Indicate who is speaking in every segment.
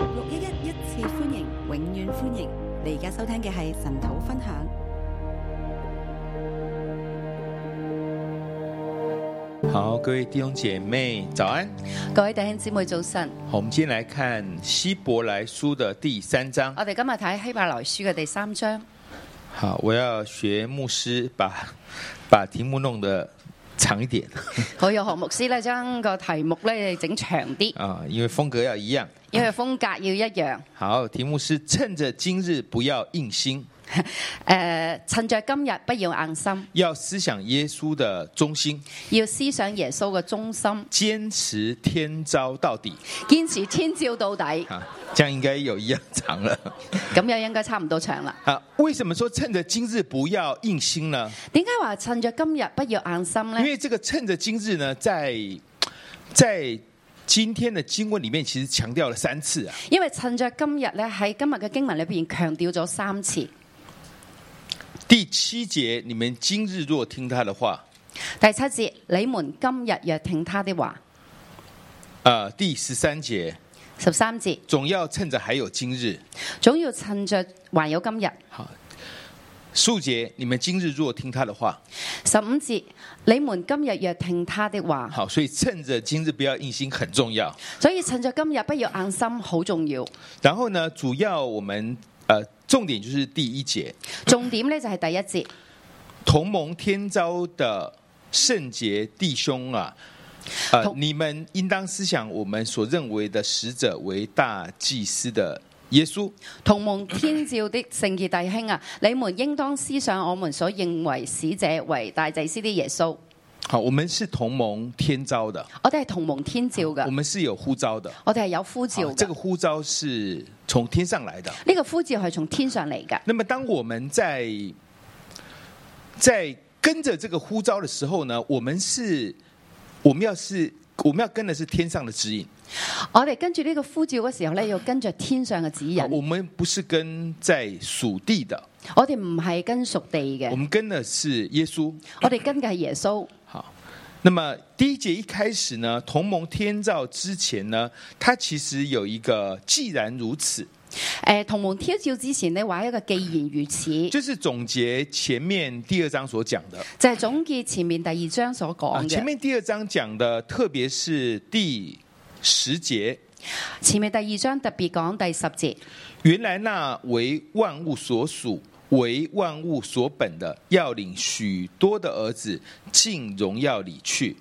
Speaker 1: 六一一一次歡迎，永遠歡迎！你而家收聽嘅係神土分享。
Speaker 2: 好，各位弟兄姐妹，早安！
Speaker 3: 各位弟兄姊妹早晨，
Speaker 2: 好，我们今天来看希伯来书的第三章。
Speaker 3: 我哋今日睇希伯來書嘅第三章。
Speaker 2: 好，我要学牧师把 把题目弄得长一点
Speaker 3: 我有何牧師咧，將個題目咧整長啲，
Speaker 2: 啊，因为风格要一样。
Speaker 3: 因為風格要一樣。
Speaker 2: 好，题目是趁着今日不要硬心，
Speaker 3: 诶、呃趁着今日不要硬心，
Speaker 2: 要思想耶稣的中心，
Speaker 3: 要思想耶穌嘅中心，
Speaker 2: 坚持天朝到底
Speaker 3: 堅持天照到底。
Speaker 2: 啊，这样应该有一样长了。
Speaker 3: 咁又應該差唔多長啦。
Speaker 2: 啊，为什么说趁着今日不要硬心呢？
Speaker 3: 點解話趁着今日不要硬心
Speaker 2: 因
Speaker 3: 呢？
Speaker 2: 为这个趁着今日呢，在在今天的经文里面，其实强调了三次啊。
Speaker 3: 因為趁着今日咧，喺今日嘅經文裏边強調咗三次。
Speaker 2: 第七节，你们今日若听他的话，
Speaker 3: 第七節，你們今日若聽他的話。
Speaker 2: 呃，第十三节，
Speaker 3: 十三節，
Speaker 2: 总要趁着还有今日。
Speaker 3: 總要趁着還有今日。
Speaker 2: 好，十五节，你们今日若听他的话，
Speaker 3: 十五節，你們今日若聽他的話，
Speaker 2: 好，所以趁着今日不要硬心很重要。
Speaker 3: 所以趁着今日不要硬心，好重要。
Speaker 2: 然后呢，主要我们呃，重点就是第一节，
Speaker 3: 重點呢就係第一節，
Speaker 2: 同盟天朝的圣洁弟兄啊，呃，
Speaker 3: 同
Speaker 2: 你们应当思想我们所认为的使者为大祭司的耶稣，
Speaker 3: 同蒙天照的聖潔弟兄啊，你們應當思想我們所認為使者為大祭司的耶穌。
Speaker 2: 好，我们是同盟天朝的，
Speaker 3: 我哋係同蒙天照
Speaker 2: 啊我
Speaker 3: 嘅，
Speaker 2: 们是有呼召的，
Speaker 3: 我哋係有呼召
Speaker 2: 好
Speaker 3: 嘅。
Speaker 2: 这个呼召是从天上来的。
Speaker 3: 呢個呼召係從天上嚟嘅。
Speaker 2: 那么，当我们在在跟着这个呼召的时候呢，我们是我们要是我们要跟的是天上的指引，
Speaker 3: 我哋跟住呢個呼召嘅時候呢，要跟着天上嘅指引
Speaker 2: 好。啊我们不是跟在属地的。
Speaker 3: 我哋唔係跟屬地
Speaker 2: 我
Speaker 3: 嘅，
Speaker 2: 们跟的是耶稣。
Speaker 3: 我哋跟嘅係耶穌。
Speaker 2: 好，那么第一节一开始呢，同盟天照之前呢，它其实有一个既然如此，
Speaker 3: 诶、呃同蒙天照之前呢，話一個既然如此。
Speaker 2: 就是总结前面第二章所讲的。
Speaker 3: 就係總結前面第二章所
Speaker 2: 啊，
Speaker 3: 講嘅，
Speaker 2: 前面第二章讲的，特别是第十节，
Speaker 3: 前面第二章特別講第十節，
Speaker 2: 原来那为万物所属。为万物所本的，要领许多的儿子进荣耀里去，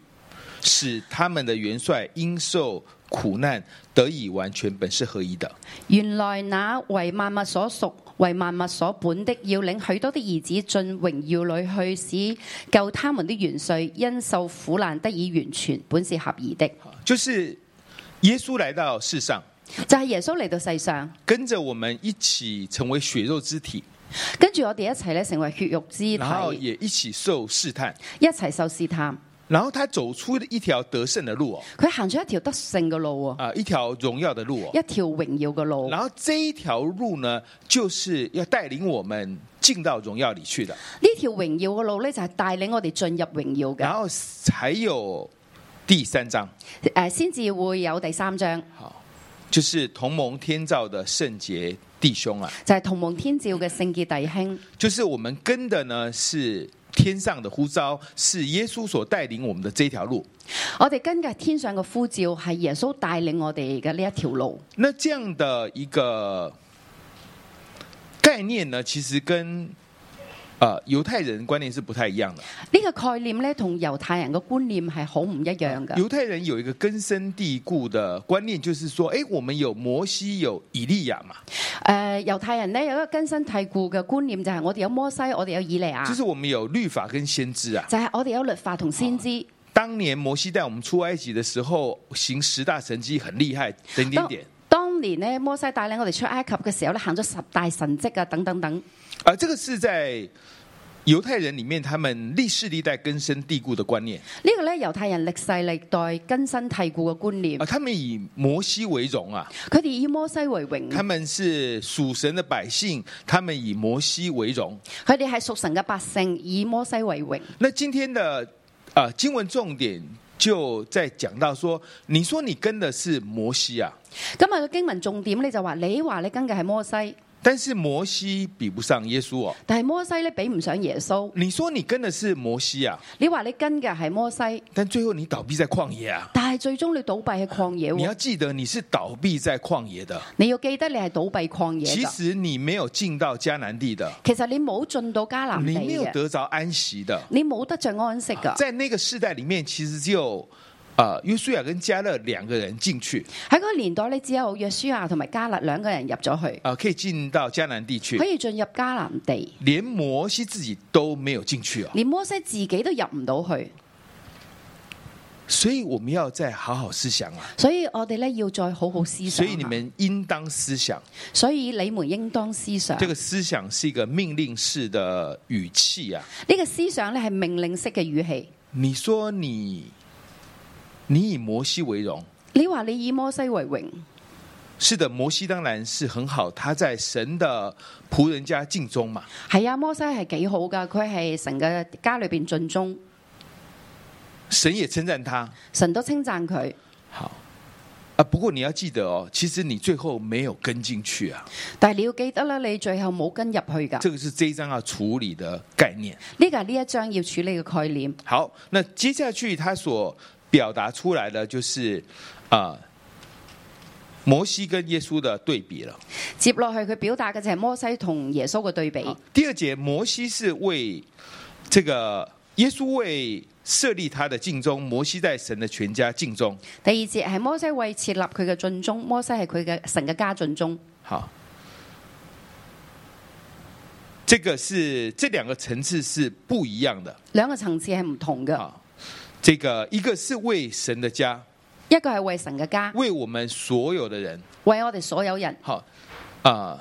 Speaker 2: 使他们的元帅因受苦难得以完全，本是合一的。
Speaker 3: 原來那為萬物所屬、為萬物所本的，要領許多的兒子進榮耀裏去，使救他們的元帥因受苦難得以完全，本是合宜的。
Speaker 2: 就是耶稣来到世上，
Speaker 3: 就係耶穌嚟到世上，
Speaker 2: 跟着我们一起成为血肉之体，
Speaker 3: 跟住我哋一齊咧成為血肉之
Speaker 2: 然后
Speaker 3: 體，
Speaker 2: 也一起受试探，
Speaker 3: 一齊受試探。
Speaker 2: 然后他走出一条得胜的路哦，
Speaker 3: 佢行咗一條得勝嘅路喎，
Speaker 2: 啊、一条荣耀的路哦。
Speaker 3: 一條榮耀嘅路。
Speaker 2: 然后这一条路呢，就是要带领我们进到荣耀里去的，
Speaker 3: 呢條榮耀嘅路咧，就係帶領我哋進入榮耀嘅
Speaker 2: 然。后才有第三章，
Speaker 3: 诶，先至會有第三章，
Speaker 2: 好，就是同盟天照的圣洁弟兄啊，
Speaker 3: 就係同蒙天照嘅聖潔弟兄，
Speaker 2: 就是我们跟的呢是天上的呼召，是耶稣所带领我们的这条路。
Speaker 3: 我哋跟嘅係天上嘅呼召，係耶穌帶領我哋嘅呢一條路。
Speaker 2: 那这样的一个概念呢，其实跟呃犹太人观念是不太一样的。
Speaker 3: 呢、個概念呢，同猶太人嘅觀念係好唔一樣嘅。
Speaker 2: 犹太人有一个根深蒂固的观念，就是说，哎，我们有摩西，有以利亚嘛，
Speaker 3: 诶、
Speaker 2: 啊
Speaker 3: 猶太人呢，有一個根深蒂固嘅觀念，就係我哋有摩西，我哋有以利亞，
Speaker 2: 就是我们有律法跟先知啊。
Speaker 3: 就係我哋有律法同先知。
Speaker 2: 当年摩西带我们出埃及的时候，行十大神迹很厉害，等等
Speaker 3: 當
Speaker 2: 点。
Speaker 3: 當年呢，摩西帶領我哋出埃及嘅時候咧，行咗十大神迹啊，等等等。
Speaker 2: 啊，这个是在犹太人里面他们历世历代根深蒂固的观念
Speaker 3: 呢、個个咧，犹太人歷世歷代根深蒂固嘅觀念
Speaker 2: 啊，，他们以摩西为荣啊。
Speaker 3: 佢哋以摩西為榮。
Speaker 2: 他們是屬神的百姓，他們以摩西為榮。
Speaker 3: 佢哋係屬神嘅百姓，以摩西為榮。
Speaker 2: 那今天的啊、呃经文重點就在講到說，你說你跟的是摩西啊，
Speaker 3: 今日嘅經文重點咧就話，你話你跟嘅係摩西，
Speaker 2: 但是摩西比不上耶穌哦。
Speaker 3: 但係摩西咧比唔上耶穌。
Speaker 2: 你说你跟的是摩西啊，
Speaker 3: 你話你跟嘅係摩西，
Speaker 2: 但最后你倒闭在旷野啊。
Speaker 3: 但係最終你倒閉喺曠野
Speaker 2: 你要
Speaker 3: 喎。
Speaker 2: 记得你是倒闭在旷野的，
Speaker 3: 你要記得你係倒閉曠野
Speaker 2: 其
Speaker 3: 㗎。
Speaker 2: 实你没有进到迦南地的，
Speaker 3: 其實你冇進到迦南地
Speaker 2: 你啊没有
Speaker 3: 嘅，
Speaker 2: 得着安息的。
Speaker 3: 你冇得着安息㗎。
Speaker 2: 在那个世代里面，其实只有呃约书亚跟加勒两个人进去，
Speaker 3: 喺嗰個年代，你只有約書亞同埋加勒兩個人入咗去，
Speaker 2: 啊，可以进到迦南地区
Speaker 3: 可，以進入迦南地，
Speaker 2: 连摩西自己都没有进去哦。
Speaker 3: 連摩西自己都入唔到去。
Speaker 2: 所以我们要再好好思想啊。
Speaker 3: 所以我哋咧要再好好思想。
Speaker 2: 所
Speaker 3: 啊
Speaker 2: 以你，们应当思想，
Speaker 3: 所以你們應當思想。
Speaker 2: 这个思想是一个命令式的语气啊。
Speaker 3: 呢個思想咧係命令式嘅語氣。
Speaker 2: 你说你，你以摩西为荣，
Speaker 3: 你話你以摩西為榮，
Speaker 2: 是的，摩西当然是很好，他在神的仆人家尽忠嘛。
Speaker 3: 係啊，摩西係幾好噶，佢係神嘅家裏边盡忠，
Speaker 2: 神也称赞他。
Speaker 3: 神都稱讚佢。
Speaker 2: 好啊，不过你要记得哦，其实你最后没有跟进去啊，
Speaker 3: 但係你要記得啦，你最後冇跟入去噶。
Speaker 2: 这个是这一章要处理的概念。
Speaker 3: 呢個係呢一章要處理嘅概念。
Speaker 2: 好，那接下去他所表达出来的就是啊、摩西跟耶稣的对比了。
Speaker 3: 接落去佢表達嘅就係摩西同耶穌嘅對比。
Speaker 2: 好第二节，摩西是为这个耶稣为设立他的敬忠，摩西在神的全家敬忠。
Speaker 3: 第二節係摩西為設立佢嘅盡忠，摩西係佢嘅神嘅家盡忠。
Speaker 2: 好，这个是这两个层次是不一样的
Speaker 3: 兩個層次係唔同嘅，
Speaker 2: 啊。这个一个是为神的家，
Speaker 3: 一個係為神嘅家，
Speaker 2: 为我们所有的人，
Speaker 3: 為我哋所有人。
Speaker 2: 好啊、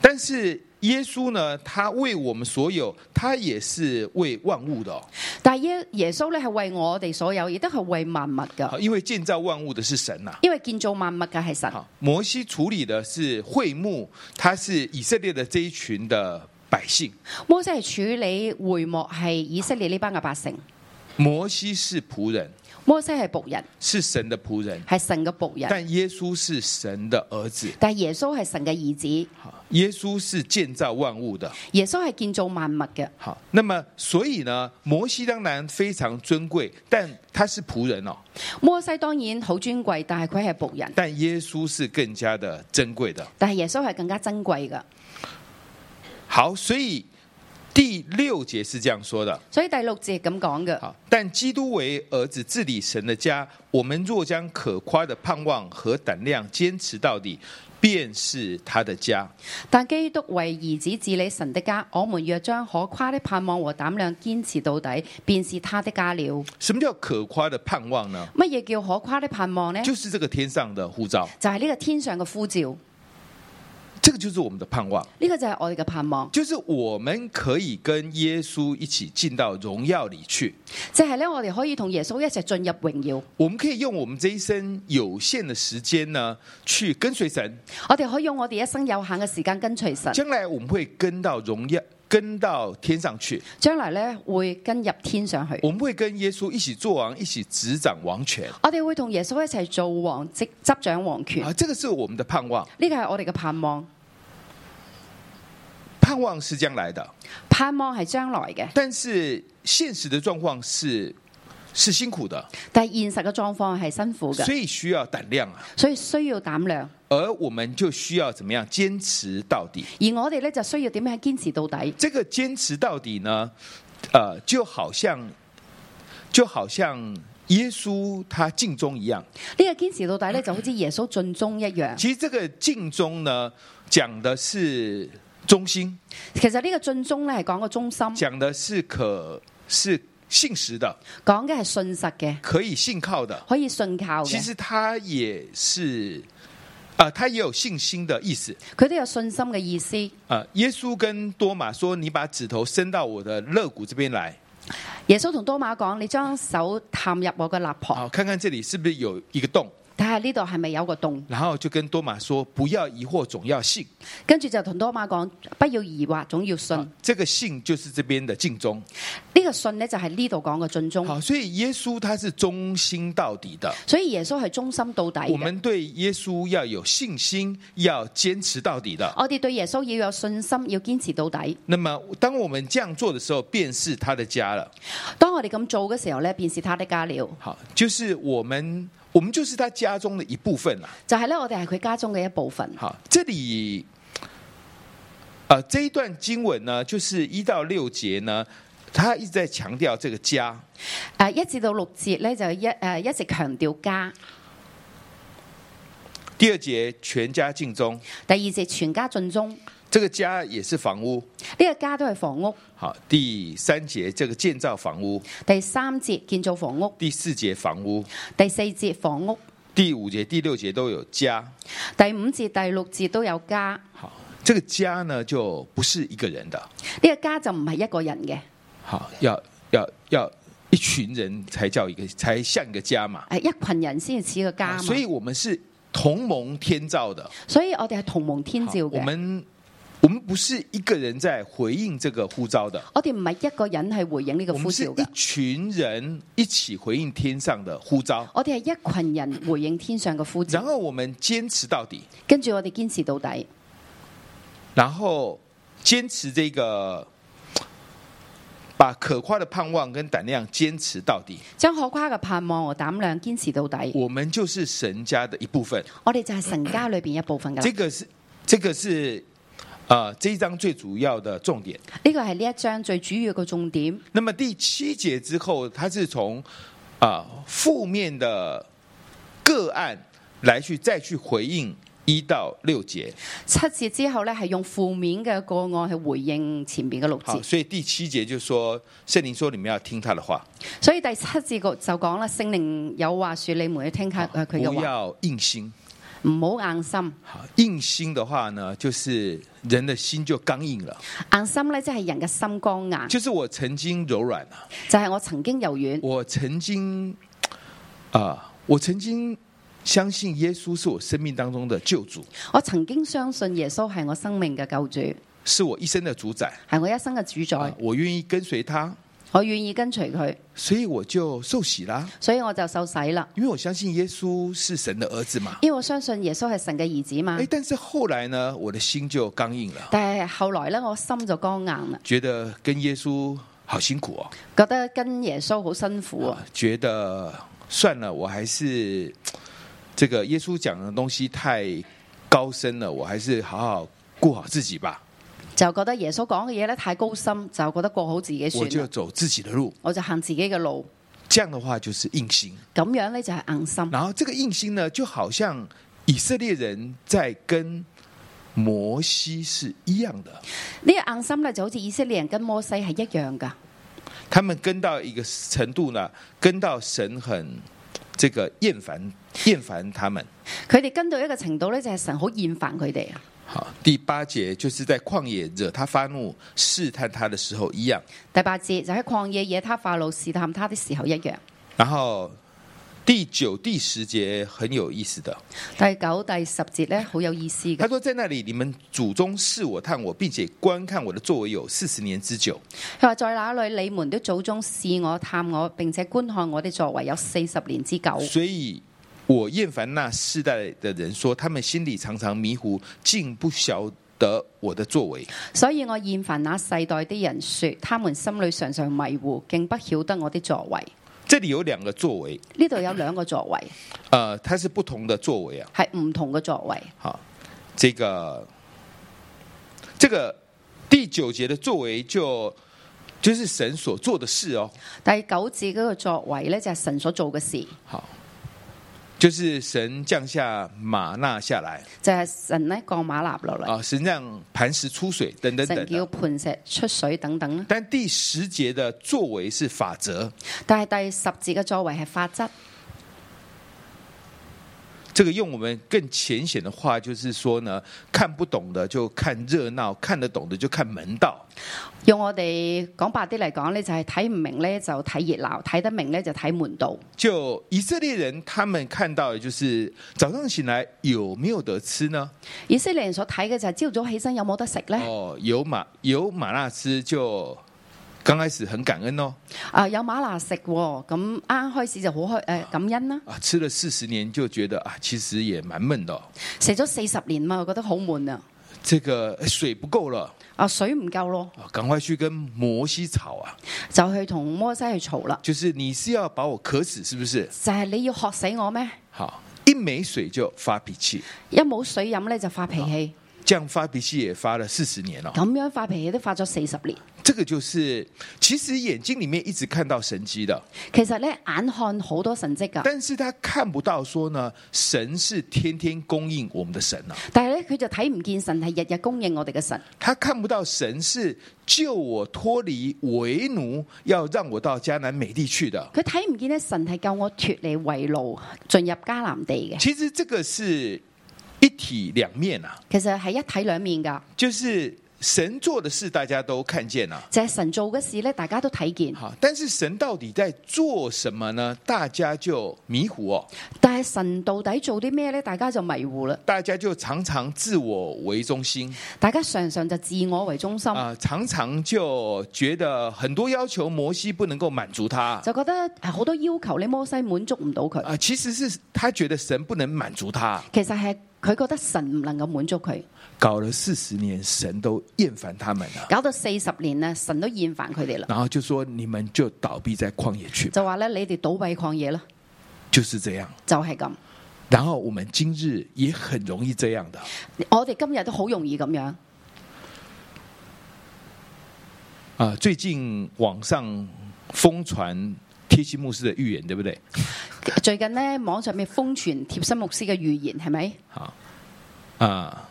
Speaker 2: 但是耶稣呢，他为我们所有，他也是为万物的、哦。
Speaker 3: 但係耶耶穌咧係為我哋所有，亦都係為萬物噶
Speaker 2: 好，。因为建造万物的是神呐、
Speaker 3: 因為建造萬物嘅係神。
Speaker 2: 好，摩西处理的是会幕，他是以色列的这一群的百姓。
Speaker 3: 摩西係處理會幕係以色列呢班嘅百姓，
Speaker 2: 摩西是仆人，
Speaker 3: 摩西係仆人，
Speaker 2: 是神的仆人，
Speaker 3: 係神嘅仆人，
Speaker 2: 但耶穌是神的儿子。
Speaker 3: 但係耶穌係神嘅兒子，
Speaker 2: 好，耶穌是建造万物的。
Speaker 3: 耶穌係建造萬物嘅。
Speaker 2: 好，那么所以呢，摩西当然非常尊贵，但他是仆人哦。
Speaker 3: 摩西當然好尊貴，但係佢係仆人，
Speaker 2: 但耶穌是更加的珍贵的。
Speaker 3: 但係耶穌係更加珍貴嘅。
Speaker 2: 好，所以第六节是这样说的：
Speaker 3: 所以第六節咁講嘅，
Speaker 2: 好，但基督为儿子治理神的家，我们若将可夸的盼望和胆量坚持到底，便是他的家。
Speaker 3: 但基督為兒子治理神的家，我們若將可誇的盼望和膽量堅持到底，便是他的家了。
Speaker 2: 什么叫可夸的盼望呢？
Speaker 3: 乜嘢叫可誇的盼望呢？
Speaker 2: 就是这个天上的护照，
Speaker 3: 就係呢個天上嘅呼召，呢、
Speaker 2: 这个就是我们的盼望，
Speaker 3: 個就係我哋嘅盼望。
Speaker 2: 就是我们可以跟耶稣一起进到荣耀里去。
Speaker 3: 即係咧，我哋可以同耶穌一齊進入榮耀，
Speaker 2: 我们可以用我们这一生有限的时间呢，去跟随神，
Speaker 3: 我哋可以用我哋一生有限嘅時間跟隨神，
Speaker 2: 将来我们会跟到荣耀，跟到天上去。
Speaker 3: 將來咧會跟入天上去。
Speaker 2: 我们会跟耶稣一起做王，一起执掌王权
Speaker 3: 我哋會同耶穌一齊做王，即執掌王權。
Speaker 2: 啊！这个是我们的盼望，
Speaker 3: 呢個係我哋嘅盼望，
Speaker 2: 盼望是将来的，
Speaker 3: 盼望係將來嘅，
Speaker 2: 但是現實的狀況是是辛苦的，
Speaker 3: 但係現實嘅狀況係辛苦
Speaker 2: 所
Speaker 3: 嘅，
Speaker 2: 以需要膽量啊。
Speaker 3: 所以需要膽量。
Speaker 2: 而我们就需要怎么样坚持到底？
Speaker 3: 而我哋咧就需要點樣堅持到底？
Speaker 2: 这个坚持到底呢？呃，就好像就好像耶稣他尽忠一样。
Speaker 3: 呢、個堅持到底咧就好似耶穌盡忠一樣。
Speaker 2: 其实这个尽忠呢，讲的是忠心，
Speaker 3: 其實呢個盡忠咧係講個忠心，
Speaker 2: 讲的是可是信实的，
Speaker 3: 講嘅係信實嘅，
Speaker 2: 可以信靠的。
Speaker 3: 可以信靠
Speaker 2: 其
Speaker 3: 嘅。
Speaker 2: 实他也是，啊，他也有信心的意思。
Speaker 3: 佢都有信心嘅意思。
Speaker 2: 啊，耶稣跟多马说：“你把指头伸到我的肋骨这边来，
Speaker 3: 耶穌同多馬講：你將手探入我嘅肋
Speaker 2: 好、
Speaker 3: 旁，
Speaker 2: 看看这里是不是有一个洞。
Speaker 3: 睇下但係呢度係咪有個洞？
Speaker 2: 然后就跟多马说：“不要疑惑，总要信。
Speaker 3: 跟住就同多馬講，不要疑惑，總要信。呢、
Speaker 2: 这个信就是这边的尽忠。
Speaker 3: 個信呢，就係呢度講嘅盡忠。
Speaker 2: 好，所以耶穌他是忠心到底的。
Speaker 3: 所以耶穌係忠心到底嘅。
Speaker 2: 我们对耶稣要有信心，要坚持到底的。
Speaker 3: 我哋對耶穌要有信心，要堅持到底。
Speaker 2: 那么，当我们这样做的时候，便是他的家了。
Speaker 3: 當我哋咁做嘅時候呢，便是他的家了。
Speaker 2: 好，就是我们，我们就是他家中的一部分啦。
Speaker 3: 就係呢，我哋係佢家中嘅一部分。
Speaker 2: 好，这里，呃，这一段经文呢，就是一到六节呢，他一直在强调这个家。
Speaker 3: 诶，一至到六節呢，就一诶一直強調家。
Speaker 2: 第二节，全家尽忠，
Speaker 3: 第二節全家盡忠，呢、
Speaker 2: 这个家也是房屋。
Speaker 3: 個家都係房屋。
Speaker 2: 好，第三节，这个建造房屋。
Speaker 3: 第三節建造房屋，
Speaker 2: 第四节房屋，
Speaker 3: 第四節房屋，
Speaker 2: 第五节、第六节都有家。
Speaker 3: 第五節、第六節都有家。
Speaker 2: 好，这个家呢就不是一个人的，
Speaker 3: 呢、個家就唔係一個人嘅，
Speaker 2: 好，要要要一群人才叫一个，才像一个家嘛。
Speaker 3: 係一群人先至似個家嘛。
Speaker 2: 啊所以我们是同盟天造的，
Speaker 3: 所以我哋係同蒙天
Speaker 2: 好
Speaker 3: 照
Speaker 2: 我
Speaker 3: 嘅。
Speaker 2: 们我们不是一个人在回应这个呼召的，
Speaker 3: 我哋唔係一個人係回應呢個
Speaker 2: 我
Speaker 3: 呼
Speaker 2: 们是
Speaker 3: 召
Speaker 2: 一
Speaker 3: 嘅，
Speaker 2: 群人一起回应天上的呼召，
Speaker 3: 我哋係一群人回應天上嘅呼
Speaker 2: 然
Speaker 3: 召，
Speaker 2: 后我们坚持到底，
Speaker 3: 跟住我哋堅持到底，
Speaker 2: 然后坚持这个。把可夸的盼望跟胆量坚持到底，
Speaker 3: 將可誇嘅盼望和膽量堅持到底。
Speaker 2: 我们就是神家的一部分。
Speaker 3: 我哋就係神家裏边一部分噶啦
Speaker 2: 这。个是这个是呃这一章最主要的重点。
Speaker 3: 呢個係呢一章最主要嘅重點。
Speaker 2: 那么第七节之后，它是从啊、呃负面的个案来去再去回应一到六节。
Speaker 3: 七節之後呢，係用負面嘅個案去回應前面嘅六
Speaker 2: 好，
Speaker 3: 節。
Speaker 2: 所以第七节就说圣灵说你们要听他的话，
Speaker 3: 所以第七節個就講啦，聖靈有話说你們要聽下呃佢嘅
Speaker 2: 不
Speaker 3: 話，
Speaker 2: 要硬心。
Speaker 3: 唔好硬心。
Speaker 2: 好，硬心的话呢，就是人的心就刚硬了，
Speaker 3: 硬心呢，即係人嘅心剛硬，
Speaker 2: 就是我曾经柔软啊了。
Speaker 3: 就係我曾經柔軟，
Speaker 2: 我曾经啊、我曾经相信耶稣是我生命当中的救主，
Speaker 3: 我曾經相信耶穌係我生命嘅救主，
Speaker 2: 是我一生的主宰。
Speaker 3: 係我一生嘅主
Speaker 2: 啊
Speaker 3: 宰，
Speaker 2: 我愿意跟随他，
Speaker 3: 我願意跟隨佢，
Speaker 2: 所以我就受洗啦，
Speaker 3: 所以我就受洗啦。
Speaker 2: 因为我相信耶稣是神的儿子嘛。
Speaker 3: 因為我相信耶穌係神嘅兒子嘛
Speaker 2: 哎，。但是后来呢，我的心就刚硬了，
Speaker 3: 但係後來呢，我心就剛硬啦，
Speaker 2: 觉得跟耶稣好辛苦哦，
Speaker 3: 覺得跟耶穌好辛苦啊。
Speaker 2: 啊觉得算了，我还是这个耶稣讲的东西太高深了，我还是好好顾好自己吧，
Speaker 3: 就覺得耶穌講嘅嘢咧太高深，就覺得過好自己
Speaker 2: 我
Speaker 3: 算
Speaker 2: 就
Speaker 3: 啦，
Speaker 2: 走自己的路。
Speaker 3: 我就行自己嘅路。
Speaker 2: 这样的话就是硬心。
Speaker 3: 咁樣呢，就係硬心，
Speaker 2: 然后这个硬心呢，就好像以色列人在跟摩西是一样的，
Speaker 3: 呢、個硬心呢，就好似以色列人跟摩西係一樣噶，
Speaker 2: 他们跟到一个程度呢，跟到神很这个厌烦厌烦他们。
Speaker 3: 佢哋跟到一個程度呢，就係神好厭煩佢哋啊。
Speaker 2: 好，第八节就是在旷野惹他发怒、试探他的时候一样。
Speaker 3: 第八節就喺曠野野他化路試探他的時候一樣。
Speaker 2: 然后第九、第十节很有意思的，
Speaker 3: 第九、第十節呢，好有意思
Speaker 2: 他
Speaker 3: 嘅。
Speaker 2: 说在那里你们祖宗试我、探我，并且观看我的作为有四十年之久。
Speaker 3: 佢話：在那裏你們的祖宗試我、探我，並且觀看我的作為有四十年之久。
Speaker 2: 所以我厌烦那世代的人说，他们心里常常迷糊，竟不晓得我的作为。
Speaker 3: 所以我厭煩那世代的人說，他們心裏常常迷糊，竟不曉得我的作為。
Speaker 2: 这里有两个作为，
Speaker 3: 呢度有兩個作為，
Speaker 2: 呃，它是不同的作为啊。
Speaker 3: 係唔同嘅作為。
Speaker 2: 好，这个这个第九节的作为就就是神所做的事哦。
Speaker 3: 第九節嗰個作為呢，就係神所做嘅事，
Speaker 2: 好，就是神降下玛纳下来
Speaker 3: 就係神呢降馬立落嚟，
Speaker 2: 啊，神让磐石出水等等等
Speaker 3: 神
Speaker 2: 的
Speaker 3: 叫磐石出水等等啦。
Speaker 2: 但第十节的作为是法则，
Speaker 3: 但係第十節嘅作為係法則，
Speaker 2: 这个用我们更浅显的话，就是说呢，看不懂的就看热闹，看得懂的就看门道。
Speaker 3: 用我哋講白啲嚟講呢就係睇唔明呢就睇熱鬧，睇得明呢就睇門道。
Speaker 2: 就以色列人他们看到的就是早上醒来有没有得吃呢？
Speaker 3: 以色列人所睇嘅就係朝早起身有冇得食呢？
Speaker 2: 哦，有马有马纳吃就刚开始很感恩哦，
Speaker 3: 啊，有馬拿食喎，咁啱啱開始就好開誒感恩啦。
Speaker 2: 啊，吃了四十年就觉得啊，其实也蛮闷的、哦，
Speaker 3: 食咗四十年嘛，我覺得好悶啊！
Speaker 2: 这个哎水不够了，
Speaker 3: 啊，水唔夠咯，
Speaker 2: 啊赶快去跟摩西吵啊！
Speaker 3: 就去同摩西去嘈啦。
Speaker 2: 就是你是要把我渴死是不是？
Speaker 3: 就係、你要喝死我咩？
Speaker 2: 好，一没水就发脾气，
Speaker 3: 一冇水飲呢，就發脾氣，
Speaker 2: 这样发脾气也发了四十年了、哦
Speaker 3: 咁樣發脾氣都發咗四十年。
Speaker 2: 这个就是，其实眼睛里面一直看到神迹的，
Speaker 3: 其實呢，眼看好多神跡㗎，
Speaker 2: 但是他看不到说呢，神是天天供应我们的神啊，
Speaker 3: 但係呢，佢就睇唔見神係日日供應我哋嘅神，
Speaker 2: 他看不到神是救我脱离为奴，要让我到迦南美地去的。
Speaker 3: 佢睇唔見呢，神係救我脱離為奴，進入迦南地嘅。
Speaker 2: 其实这个是一体两面啊，
Speaker 3: 其實係一體兩面㗎，
Speaker 2: 就是神做的事大家都看见了、啊。
Speaker 3: 就係神做嘅事呢，大家都睇見。
Speaker 2: 好，但是神到底在做什么呢？大家就迷糊哦，
Speaker 3: 但系神到底做啲咩呢？大家就迷糊啦，
Speaker 2: 大家就常常自我为中心
Speaker 3: 大家常常就自我為中心，
Speaker 2: 啊、常常就觉得很多要求摩西不能够满足他啊、
Speaker 3: 就覺得啊好多要求你摩西滿足唔到佢，
Speaker 2: 其实是他觉得神不能满足他，
Speaker 3: 其實係佢覺得神唔能夠滿足佢，
Speaker 2: 搞了四十年，神都厌烦他们了，
Speaker 3: 搞到四十年咧，神都厭煩佢哋啦，
Speaker 2: 然后就说你们就倒闭在旷野去吧，
Speaker 3: 就話咧你哋倒閉抗嘢啦，
Speaker 2: 就是这样。
Speaker 3: 就係咁。
Speaker 2: 然后我们今日也很容易这样的，
Speaker 3: 我哋今日都好容易咁樣。
Speaker 2: 啊，最近网上疯传贴西牧师的预言，对不对？
Speaker 3: 最近呢，網上面瘋傳貼心牧師嘅預言係咪？
Speaker 2: 好啊，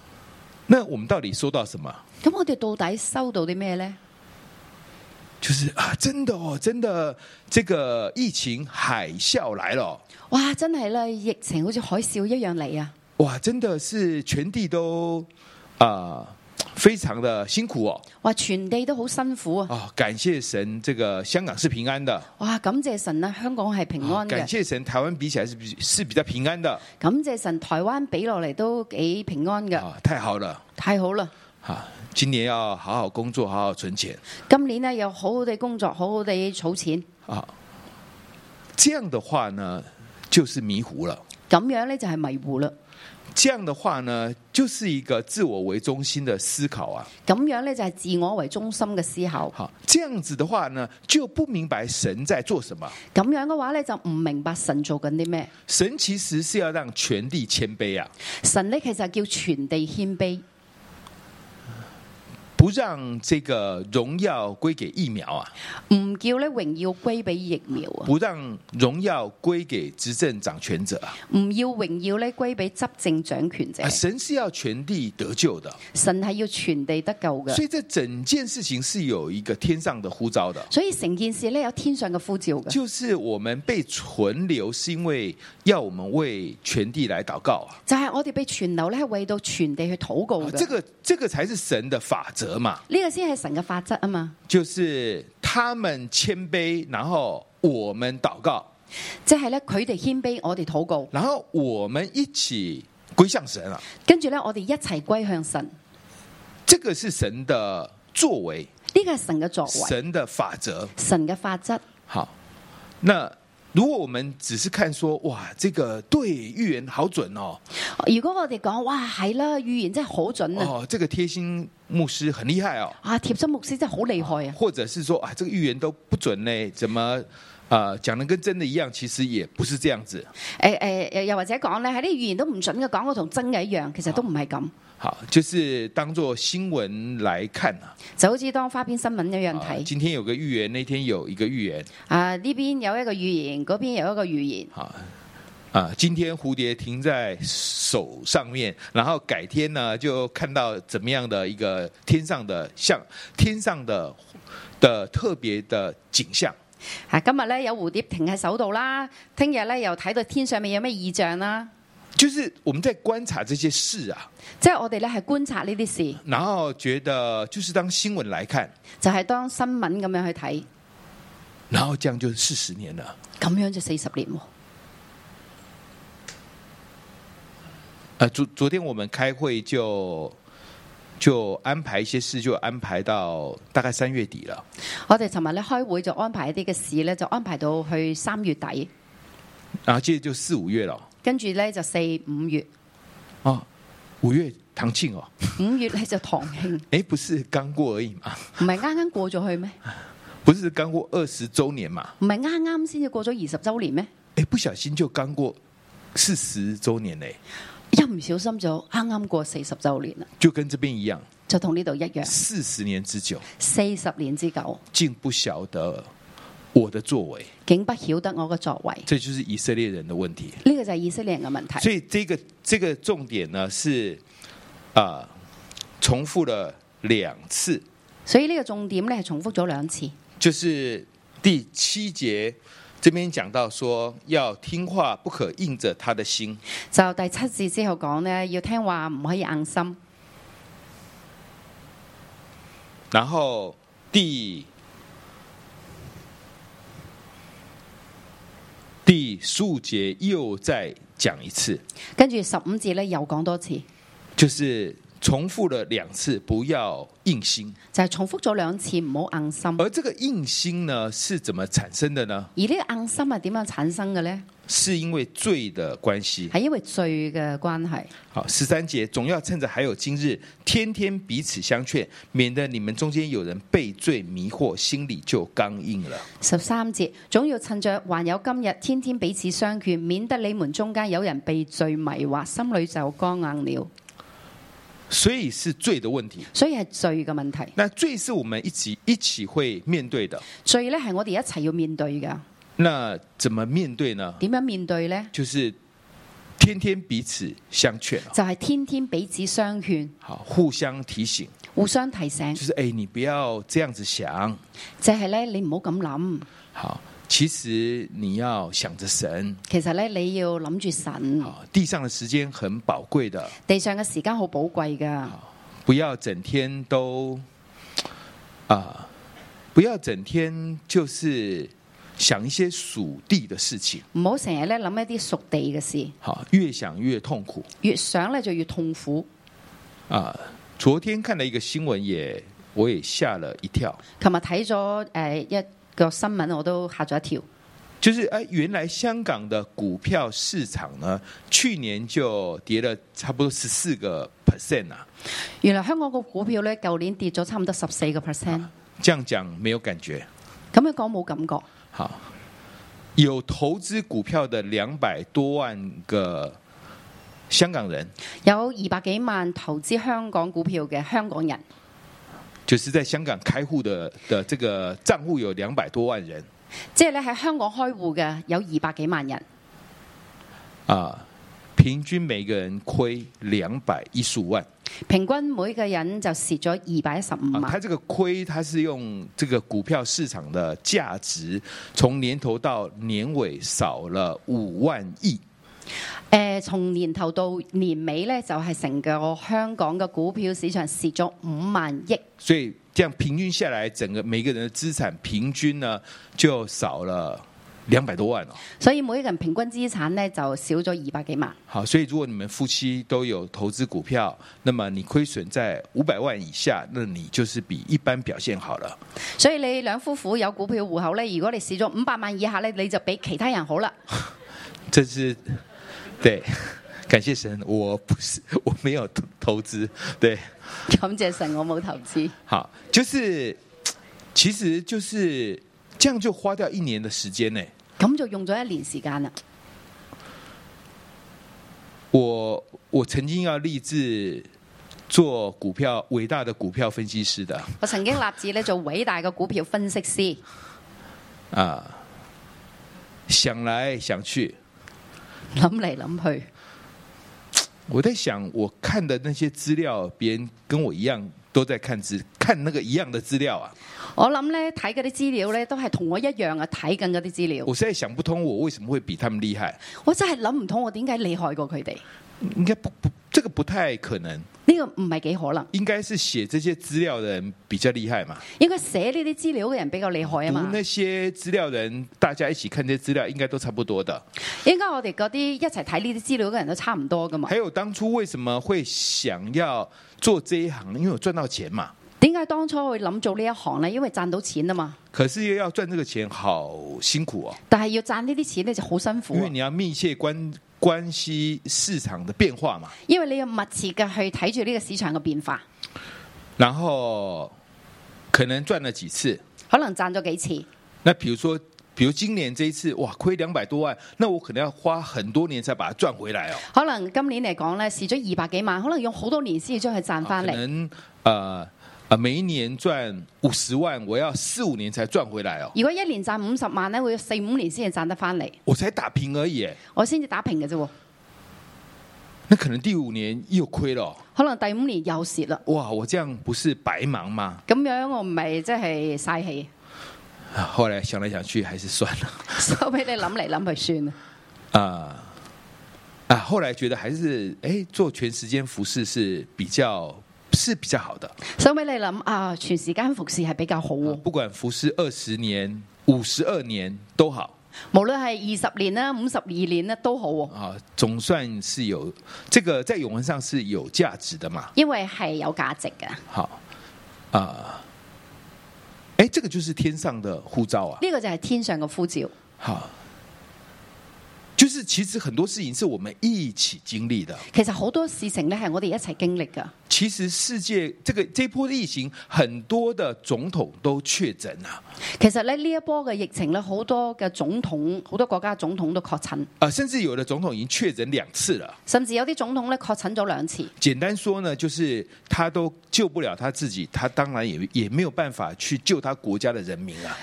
Speaker 2: 那我们到底收到什么？
Speaker 3: 咁我哋到底收到啲咩呢？
Speaker 2: 就是啊，真的哦，真的，这个疫情海啸来了哦，
Speaker 3: 哇！真係咧，疫情好似海嘯一樣嚟啊！
Speaker 2: 哇，真的是全地都啊非常的辛苦哦，
Speaker 3: 哇！全地都好辛苦啊！
Speaker 2: 啊，感谢神，这个香港是平安的，
Speaker 3: 哇！感謝神啊，香港係平
Speaker 2: 啊
Speaker 3: 安嘅
Speaker 2: 感。谢神，台湾比起来是比是比较平安的
Speaker 3: 感謝神，台灣俾落嚟都幾平安嘅，
Speaker 2: 啊，太好了
Speaker 3: 太好啦！
Speaker 2: 啊，今年要好好工作，好好存钱
Speaker 3: 今年呢，又好好地工作，好好地儲錢，
Speaker 2: 啊，这样的话呢，就是迷糊了。
Speaker 3: 咁樣呢，就係迷糊啦。
Speaker 2: 这样的话呢，就是一个自我为中心的思考啊。
Speaker 3: 咁樣呢，就係自我為中心嘅思考。
Speaker 2: 好，这样子的话呢，就不明白神在做什么。
Speaker 3: 咁樣嘅話呢，就唔明白神做緊啲咩。
Speaker 2: 神其实是要让全地谦卑啊，
Speaker 3: 神呢，其實叫全地謙卑，
Speaker 2: 不让这个荣耀归给疫苗啊，
Speaker 3: 唔叫呢榮耀歸俾疫苗啊，
Speaker 2: 不让荣耀归给执政掌权者啊。
Speaker 3: 唔要榮耀呢歸俾執政掌權者
Speaker 2: 啊。神是要全地得救的，
Speaker 3: 神係要全地得救
Speaker 2: 所
Speaker 3: 嘅，
Speaker 2: 以这整件事情是有一个天上的呼召的。
Speaker 3: 所以成件事呢，有天上嘅呼召嘅。
Speaker 2: 就是我们被存留，是因为要我们为全地来祷告啊。
Speaker 3: 就係我哋被存留呢，係為到全地去禱告
Speaker 2: 啊
Speaker 3: 嘅。
Speaker 2: 这个这个才是神的法则嘛，
Speaker 3: 呢個先係神嘅法則啊嘛，
Speaker 2: 就是他们谦卑，然后我们祷告，
Speaker 3: 即係咧佢哋謙卑，我哋禱告，
Speaker 2: 然后我们一起归向神啊。
Speaker 3: 跟住咧我哋一齊歸向神。呢
Speaker 2: 这个是神的作为，
Speaker 3: 個係神嘅作為，
Speaker 2: 神的法则。
Speaker 3: 神嘅法則。
Speaker 2: 好，那如果我们只是看说，哇，这个对预言好准哦，
Speaker 3: 如果我哋講哇係啦，預言真係好準啊，
Speaker 2: 哦，这个贴心牧师很厉害哦，
Speaker 3: 啊貼心牧師真係好厲害啊，
Speaker 2: 或者是说啊，这个预言都不准呢，怎么？啊、讲的跟真的一样，其实也不是这样子。
Speaker 3: 誒誒誒，又或者講咧喺啲預言都唔準嘅，講我同真嘅一樣，其實
Speaker 2: 啊
Speaker 3: 都唔係咁，
Speaker 2: 好，就是当做新闻来看啊。
Speaker 3: 就好似當花邊新聞一樣
Speaker 2: 啊
Speaker 3: 睇，
Speaker 2: 今天有个预言，那天有一个预言。
Speaker 3: 啊呢邊有一個預言，嗰邊有一個預言，
Speaker 2: 好啊，今天蝴蝶停在手上面，然后改天呢就看到怎么样的一个天上的像天上的的特别的景象。
Speaker 3: 啊今日咧有蝴蝶停喺手度啦，聽日咧又睇到天上面有咩異象啦，
Speaker 2: 就是我们在观察这些事啊，
Speaker 3: 即係我哋咧係觀察呢啲事，
Speaker 2: 然后觉得就是当新闻来看，
Speaker 3: 就係當新聞咁樣去睇，
Speaker 2: 然后这样就四十年了。
Speaker 3: 咁樣就四十年喎。
Speaker 2: 呃，昨昨天我们开会就就安排一些事，就安排到大概三月底了。
Speaker 3: 我哋尋日咧開會就安排一啲嘅事咧，就安排到去三月底，
Speaker 2: 然后接着就四五月了，
Speaker 3: 跟住咧就四五月，
Speaker 2: 哦，五月唐庆哦，
Speaker 3: 五月咧就堂慶，
Speaker 2: 哎，不是刚过而已嘛，
Speaker 3: 唔係啱啱過咗去咩？
Speaker 2: 不是刚过二十周年嘛，
Speaker 3: 唔係啱啱先至過咗二十週年咩？
Speaker 2: 哎，不小心就刚过四十周年嘞，
Speaker 3: 一唔小心就啱啱過四十週年啦，
Speaker 2: 就跟这边一样，
Speaker 3: 就同呢度一樣，
Speaker 2: 四十年之久，
Speaker 3: 四十年之久，
Speaker 2: 竟不晓得我的作为，
Speaker 3: 竟不曉得我嘅作為。
Speaker 2: 这就是以色列人的问题。
Speaker 3: 呢、個就係以色列人嘅問題。
Speaker 2: 所以这个这个重点呢是啊、呃重复了两次，
Speaker 3: 所以呢個重點咧係重複咗兩次。
Speaker 2: 就是第七节这边讲到说要听话，不可硬着他的心。
Speaker 3: 就第七節之後講呢，要聽話唔可以硬心。
Speaker 2: 然后第第十五节又再讲一次，
Speaker 3: 跟住十五節咧又講多次，
Speaker 2: 就是重复了两次，不要硬心。
Speaker 3: 就係重複咗兩次，唔好硬心。
Speaker 2: 而这个硬心呢，是怎么產生的呢？
Speaker 3: 而呢個硬心係點樣產生嘅呢？
Speaker 2: 是因为罪的关系。
Speaker 3: 係因為罪嘅關係。
Speaker 2: 好，十三节总要趁着还有今日，天天彼此相劝，免得你们中间有人被罪迷惑，心里就刚硬了。
Speaker 3: 十三節總要趁着還有今日，天天彼此相勸，免得你們中間有人被罪迷惑，心裏就剛硬了。
Speaker 2: 所以是罪的问题。
Speaker 3: 所以係罪嘅問題。
Speaker 2: 那罪是我们一起一起会面对的。
Speaker 3: 罪咧係我哋一齊要面對噶。
Speaker 2: 那怎么面对呢？
Speaker 3: 點樣面對呢？
Speaker 2: 就是天天彼此相劝哦
Speaker 3: 就係天天彼此相勸，
Speaker 2: 好，互相提醒，
Speaker 3: 互相提醒
Speaker 2: 就。是哎，你不要这样子想。
Speaker 3: 就係咧，你唔好咁諗。
Speaker 2: 好，其实你要想着神。
Speaker 3: 其實咧，你要諗住神，
Speaker 2: 好，地上的时间很宝贵的。
Speaker 3: 地上嘅時間好寶貴㗎，
Speaker 2: 不要整天都啊、不要整天就是想一些属地的事情，
Speaker 3: 唔好成日咧諗一啲屬地嘅事，
Speaker 2: 好，越想越痛苦
Speaker 3: 越想咧就越痛苦。
Speaker 2: 啊、昨天看了一个新闻也，我也吓了一跳，
Speaker 3: 琴日睇咗诶一個新聞，我都嚇咗一跳。
Speaker 2: 就是哎、原来香港的股票市场呢，去年就跌了差不多十四个 percent 啊，
Speaker 3: 原來香港個股票咧，舊年跌咗差唔多十四個 percent，
Speaker 2: 这样讲没有感觉，
Speaker 3: 咁樣講冇感覺。
Speaker 2: 好，有投资股票的两百多万个香港人，
Speaker 3: 有二百幾萬投資香港股票嘅香港人，
Speaker 2: 就是在香港开户的的这个账户有两百多万人
Speaker 3: 即係咧喺香港開户嘅有二百幾萬人，
Speaker 2: 啊，平均每个人亏两百一十五万。
Speaker 3: 平均每個人就蝕咗二百一十五
Speaker 2: 啊，
Speaker 3: 萬。
Speaker 2: 他这个亏，他是用这个股票市场的价值，从年头到年尾少了五万亿。
Speaker 3: 诶、從呃年頭到年尾咧，就係成個香港嘅股票市場蝕咗五萬億，
Speaker 2: 所以这样平均下来，整个每个人的资产平均呢就少了两百多万哦。
Speaker 3: 所以每一個人平均資產咧就少咗二百幾萬。
Speaker 2: 好，所以如果你们夫妻都有投资股票，那么你亏损在五百万以下，那你就是比一般表现好了。
Speaker 3: 所以你兩夫婦有股票户口咧，如果你蝕咗五百萬以下咧，你就比其他人好啦。
Speaker 2: 这是对， 感谢神，我不是我没有投投资，对，
Speaker 3: 感謝神，我冇投資，
Speaker 2: 好，就是其实就是这样就花掉一年的时间呢。
Speaker 3: 咁就用咗一年時間啦。
Speaker 2: 我我曾经要立志做股票伟大的股票分析师的。
Speaker 3: 我曾經立志咧做偉大嘅股票分析師，
Speaker 2: 啊，想来想去，
Speaker 3: 諗嚟諗去，
Speaker 2: 我在想，我看的那些资料，别人跟我一样都在看资看那个一样的资料啊。
Speaker 3: 我諗咧睇嗰啲資料咧，都係同我一樣啊，睇緊嗰啲資料。
Speaker 2: 我实在想不通，我为什么会比他们厉害？
Speaker 3: 我真係諗唔通，我點解厲害過佢哋？
Speaker 2: 应该不不，这个不太可能。
Speaker 3: 呢、個唔係幾可能。
Speaker 2: 应该是写这些资料的人比较厉害嘛。
Speaker 3: 應該寫呢啲資料嘅人比較厲害啊
Speaker 2: 读
Speaker 3: 嘛。
Speaker 2: 那些资料的人，大家一起看这些资料，应该都差不多的。
Speaker 3: 應該我哋嗰啲一齊睇呢啲資料嘅人都差唔多噶嘛
Speaker 2: 还。有当初为什么会想要做这一行？因為我賺到錢嘛。
Speaker 3: 點解當初會諗做呢一行呢？因為賺到錢啊嘛。
Speaker 2: 可是又要賺這個錢，好辛苦哦，
Speaker 3: 但係要賺呢啲錢咧就好辛苦
Speaker 2: 因
Speaker 3: 啊
Speaker 2: 為，你要密切關關系市場的變化嘛。
Speaker 3: 因為你要密切嘅去睇住呢個市場嘅變化，
Speaker 2: 然後可能賺了幾次，
Speaker 3: 可能賺咗幾次。
Speaker 2: 那比如說，比如今年這一次，哇，虧兩百多萬，那我可能要花很多年才把它賺回來哦。
Speaker 3: 可能今年嚟講咧，蝕咗二百幾萬，可能用好多年先至將佢賺
Speaker 2: 可
Speaker 3: 翻嚟。
Speaker 2: 能呃呃，每一年賺五十萬，我要四五年才賺回來哦。
Speaker 3: 如果一年賺五十萬咧，會四五年先至賺得翻嚟，
Speaker 2: 我才打平而已耶，
Speaker 3: 我先至打平嘅啫喎。
Speaker 2: 那可能第五年又虧了哦、
Speaker 3: 可能第五年又蝕啦，
Speaker 2: 哇，我這樣不是白忙嗎？
Speaker 3: 咁樣我唔係即係嘥氣，
Speaker 2: 啊後來想來想去，還是算了。
Speaker 3: 收尾你諗嚟諗去算啦。
Speaker 2: 啊、啊！後來覺得還是哎、做全時間服侍是比較是比較好的，啊
Speaker 3: 收尾你諗啊，全時間服侍係比較好喎，
Speaker 2: 不管服侍二十年、五十二年都好
Speaker 3: 無論係二十年啦、五十二年啦都好喎，
Speaker 2: 啊，總算是有這個在永文上是有價值的嘛。
Speaker 3: 因為係有價值嘅。呢、
Speaker 2: 好啊，哎、這個就是天上的呼召啊。
Speaker 3: 個就係天上嘅呼召，
Speaker 2: 好，就是其實很多事情是我們一起經歷的。
Speaker 3: 其實好多事情咧係我哋一齊經歷嘅。
Speaker 2: 其實世界這個這一波的疫情，很多的總統都確診啊。
Speaker 3: 其實咧呢一波嘅疫情咧，好多嘅總統，好多國家嘅總統都確診，
Speaker 2: 啊，甚至有的總統已經確診兩次了。
Speaker 3: 甚至有啲總統咧確診咗兩次。
Speaker 2: 簡單說呢，就是他都救不了他自己，他當然也也沒有辦法去救他國家的人民啊。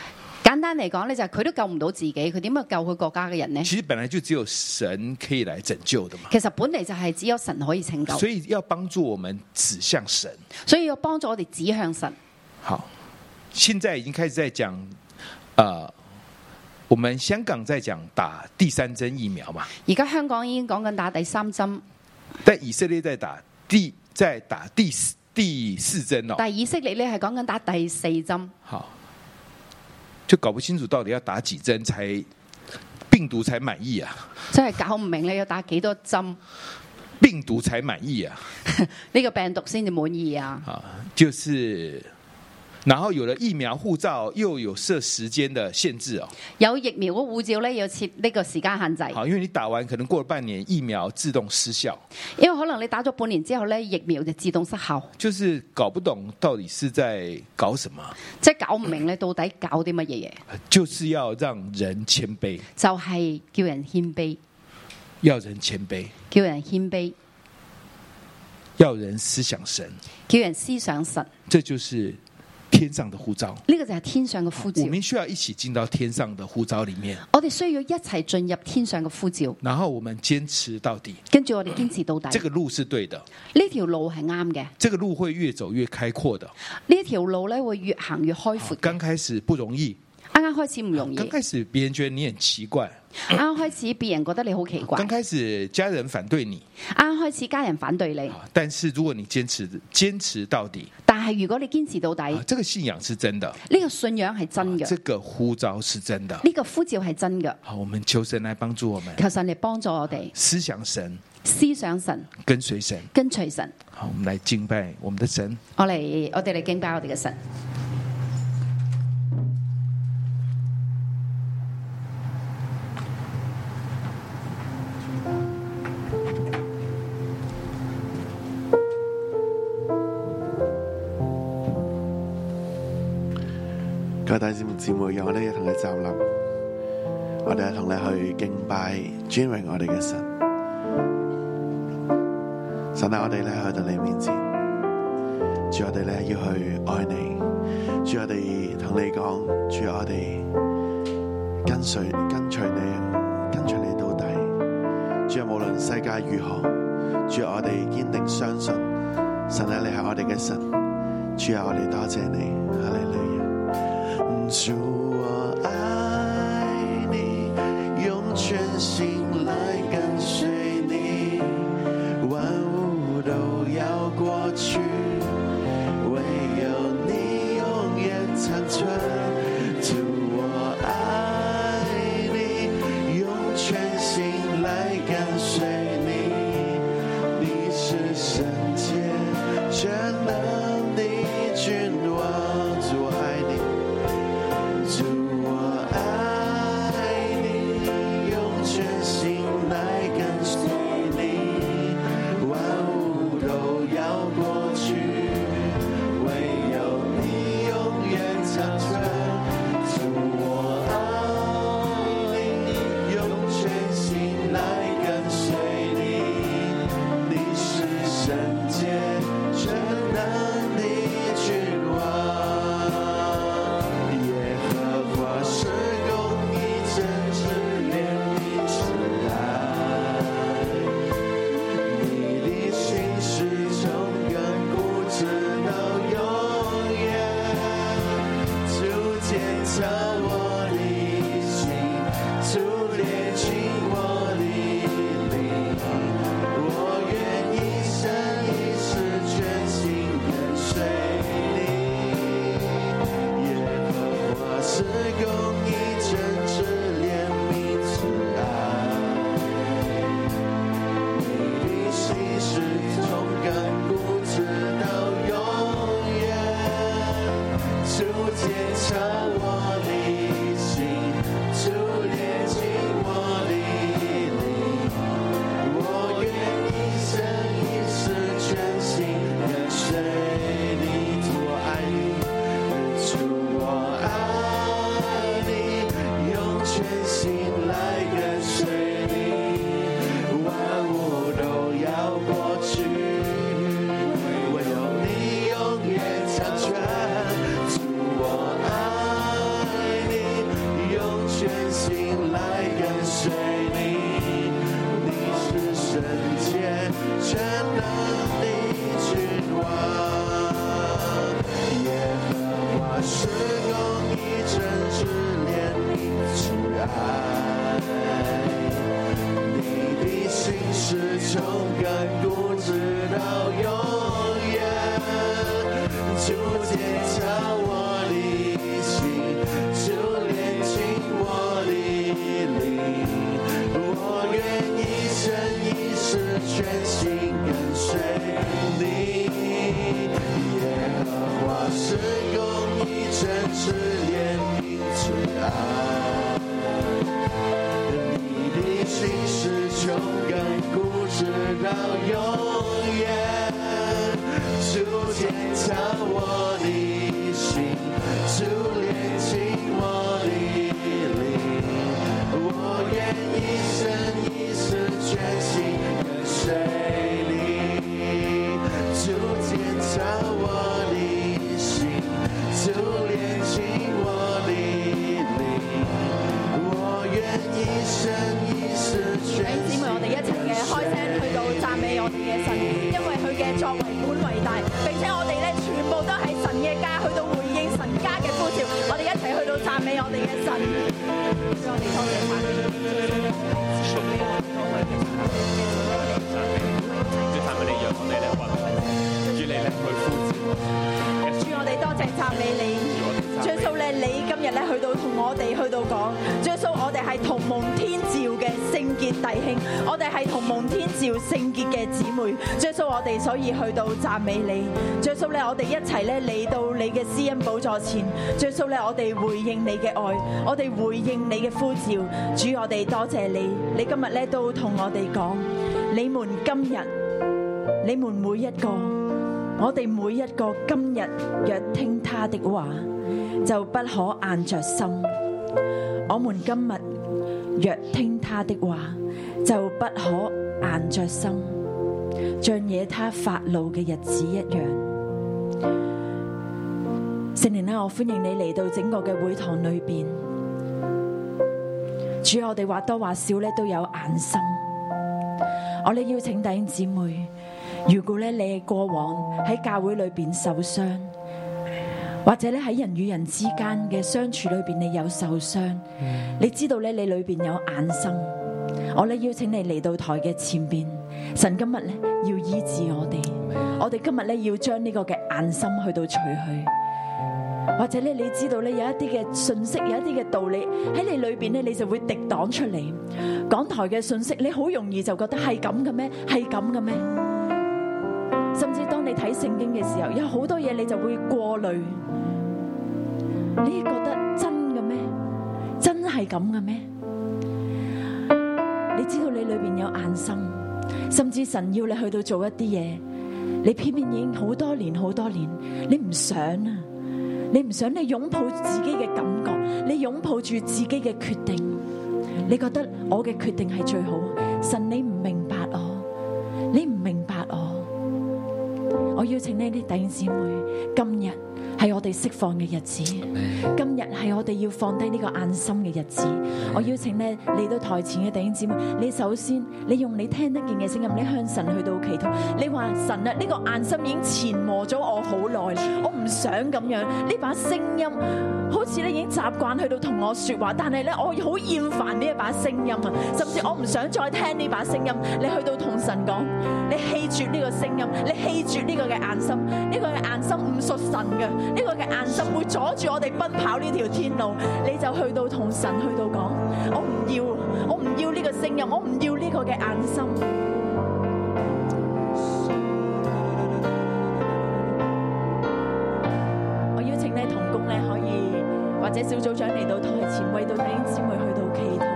Speaker 3: 簡單嚟講咧，就係佢都救唔到自己，佢點樣救佢國家嘅人呢？
Speaker 2: 其實本來就只有神可以來拯救的嘛，
Speaker 3: 其實本嚟就係只有神可以拯救，
Speaker 2: 所以要幫助我們指向神。
Speaker 3: 所以要幫助我哋指向神。
Speaker 2: 好，現在已經開始在講，呃，我們香港在講打第三針疫苗嘛，
Speaker 3: 而家香港已經講緊打第三針，
Speaker 2: 但以色列在打第在打第四第四針哦。
Speaker 3: 但係以色列咧係講緊打第四針，
Speaker 2: 好，就搞不清楚到底要打幾針才病毒才滿意啊，
Speaker 3: 真係搞唔明你要打幾多針，呢、
Speaker 2: 病毒才滿意啊
Speaker 3: 個病毒先至滿意啊！
Speaker 2: 啊，就是，然後有了疫苗護照，又有設時間的限制哦。
Speaker 3: 有疫苗嘅護照咧要設呢個時間限制，
Speaker 2: 好，因為你打完可能過了半年，疫苗自動失效，
Speaker 3: 因為可能你打咗半年之後咧，疫苗就自動失效，
Speaker 2: 就是搞不懂到底是在搞什麼，
Speaker 3: 即係搞唔明你到底搞啲乜嘢嘢，
Speaker 2: 就是要讓人謙卑，
Speaker 3: 就係、叫人謙卑，
Speaker 2: 要人謙卑，
Speaker 3: 叫人謙卑，
Speaker 2: 要人思想神，
Speaker 3: 叫人思想神。
Speaker 2: 這就是天上的護照。
Speaker 3: 呢、個就係天上嘅呼召
Speaker 2: 我。們需要一起進到天上的呼召裡面。
Speaker 3: 我哋需要一齊進入天上嘅呼召，
Speaker 2: 然後我們堅持到底，
Speaker 3: 跟住我哋堅持到底。
Speaker 2: 這個路是對的，
Speaker 3: 呢條路係啱嘅，
Speaker 2: 這個路會越走越開闊的。
Speaker 3: 呢條路咧會越行越開
Speaker 2: 好
Speaker 3: 闊嘅。
Speaker 2: 剛開始不容易，
Speaker 3: 啱啱開始唔容易，
Speaker 2: 剛
Speaker 3: 啱
Speaker 2: 開始別人覺得你很奇怪，
Speaker 3: 啱開始別人覺得你好奇怪，
Speaker 2: 剛
Speaker 3: 啱
Speaker 2: 開始家人反對你，
Speaker 3: 啱開始家人反對你，
Speaker 2: 啊但是如果你堅持堅持到底，
Speaker 3: 但係如果你堅持到底，
Speaker 2: 啊
Speaker 3: 呢、
Speaker 2: 這個信仰是真的，
Speaker 3: 個信仰係真
Speaker 2: 啊這
Speaker 3: 嘅，
Speaker 2: 個呼召是真的。
Speaker 3: 呢、個呼召係真嘅。
Speaker 2: 好，我們求神來幫助我們，
Speaker 3: 求神嚟幫助我哋
Speaker 2: 思想神，
Speaker 3: 思想神，
Speaker 2: 跟隨神。
Speaker 3: 跟隨神。
Speaker 2: 好，我們來敬拜我們的神。
Speaker 3: 我嚟，我哋嚟敬拜我哋嘅神。
Speaker 4: 各位弟兄姊妹，讓我哋一同你站立，我哋一同你去敬拜尊榮我哋嘅神。神啊，我哋咧去到你面前，主我哋咧要去愛你，主我哋同你講，主我哋跟隨跟隨你，跟隨你到底。主啊，無論世界如何，主我哋堅定相信，神啊，你係我哋嘅神，主啊，我哋多谢你，哈利路亚。主，我爱你，用全心来跟随你，万物都要过去，唯有你永远长存。主，我爱你，用全心来跟随你。你是圣洁全能的君王，主爱你，主我爱你，用全心来跟随你，万物都要过去，唯有你永远长存。主我爱你，用全心来跟随你。你是圣洁全能的君王，耶和华是公义真挚怜悯慈爱，你的心是从亘古直到永远，主检查我的心，主炼净我的灵。我愿一生一世全心跟随你，耶和华是公义、真挚、怜悯、慈爱，你的心事从亘古直到永远，主检查我的心，主炼净我的灵。我愿一生一世全心跟随你，主我爱你，主我爱你，用全心来跟随你，万物都要过去，唯有你永远长存。主我爱你，用全心来跟随你。你是圣洁全能的君王，耶和华是公义、真挚、怜悯、慈爱。你的心是从亘古直到永远，就检查我的心，就炼净我的灵。我愿一生一世全心跟随你。耶和华是公义、真挚、怜悯、慈爱。你的心是穷根固执到永远，主检查我的心，主炼净我的灵，我愿一生一世全心跟随你，主检查我的心，主炼净我的灵。我愿一生一世
Speaker 5: 弟兄姊
Speaker 4: 全
Speaker 5: 妹，
Speaker 4: 心
Speaker 5: 我哋一齊嘅開聲去到讚美我哋嘅神，因為佢嘅作為本為大，並且我哋咧全部都係神嘅家，去到回應神家嘅呼召，我哋一齊去到讚美我哋嘅神，主我哋多謝讚美你。
Speaker 6: 主探俾你，讓我哋咧揾，主你咧去呼召我哋，
Speaker 5: 主，我哋多謝讚美你。主耶穌咧，你今日咧去到同我哋去到講，主耶穌，我哋係同蒙天召嘅聖潔弟兄，我哋係同蒙天召聖潔嘅姊妹。主耶穌，我哋所以去到讚美你。主耶穌咧，我哋一齊咧嚟到你嘅施恩寶座前。主耶穌咧，我哋回應你嘅愛，我哋回應你嘅呼召。主，我哋多謝你，你今日咧都同我哋講，你們今日，你們每一個。我哋每一个今日若听他的话，就不可硬着心；我们今日若听他的话，就不可硬着心，像惹他发怒嘅日子一样。圣灵啊啦，我欢迎你嚟到整个嘅会堂里边。主，啊我哋或多或少咧都有眼心，我哋邀请弟兄姊妹。如果咧你過往喺教會裏边受傷，或者咧喺人與人之間嘅相處裏邊，你有受傷，你知道咧你裏邊有眼生，我咧邀請你嚟到台嘅前邊，神今日咧要醫治我哋，我哋今日咧要將呢個嘅眼心去到除去。或者咧，你知道咧有一啲嘅信息，有一啲嘅道理喺你裏邊咧，你就會敵擋出嚟。港台嘅信息，你好容易就覺得係咁嘅咩？係咁嘅咩？甚至當你睇聖經嘅時候，有好多嘢你就會過濾，你覺得真嘅咩？真係咁嘅咩？你知道你裏邊有眼心，甚至神要你去到做一啲嘢，你偏偏已經好多年好多年，你唔想啊！你唔想你擁抱自己嘅感覺，你擁抱住自己嘅決定，你覺得我嘅決定係最好。神，你唔明白我，你唔明白我。我邀請呢啲弟兄姊妹，今日係我哋釋放嘅日子，今日係我哋要放低呢個眼心嘅日子。我邀請咧嚟到台前嘅弟兄姊妹，你首先你用你聽得見嘅聲音，你向神去到祈禱，你話神啊，呢、個眼心已經纏磨咗我好耐啦，我唔想咁樣，呢把聲音好似咧已經習慣去到同我說話，但係咧我好厭煩呢一把聲音啊，甚至我唔想再聽呢把聲音。你去到同神講，你棄絕呢個聲音，你棄絕呢個嘅眼心，呢、個嘅眼心唔屬神嘅，呢、個嘅眼心會阻住我哋奔跑呢條天路。你就去到同神去到講，我唔要，我唔要呢個聲音，我唔要呢個嘅眼心。我邀請咧童工咧可以或者小組長嚟到台前，為到弟兄姊妹去到祈禱。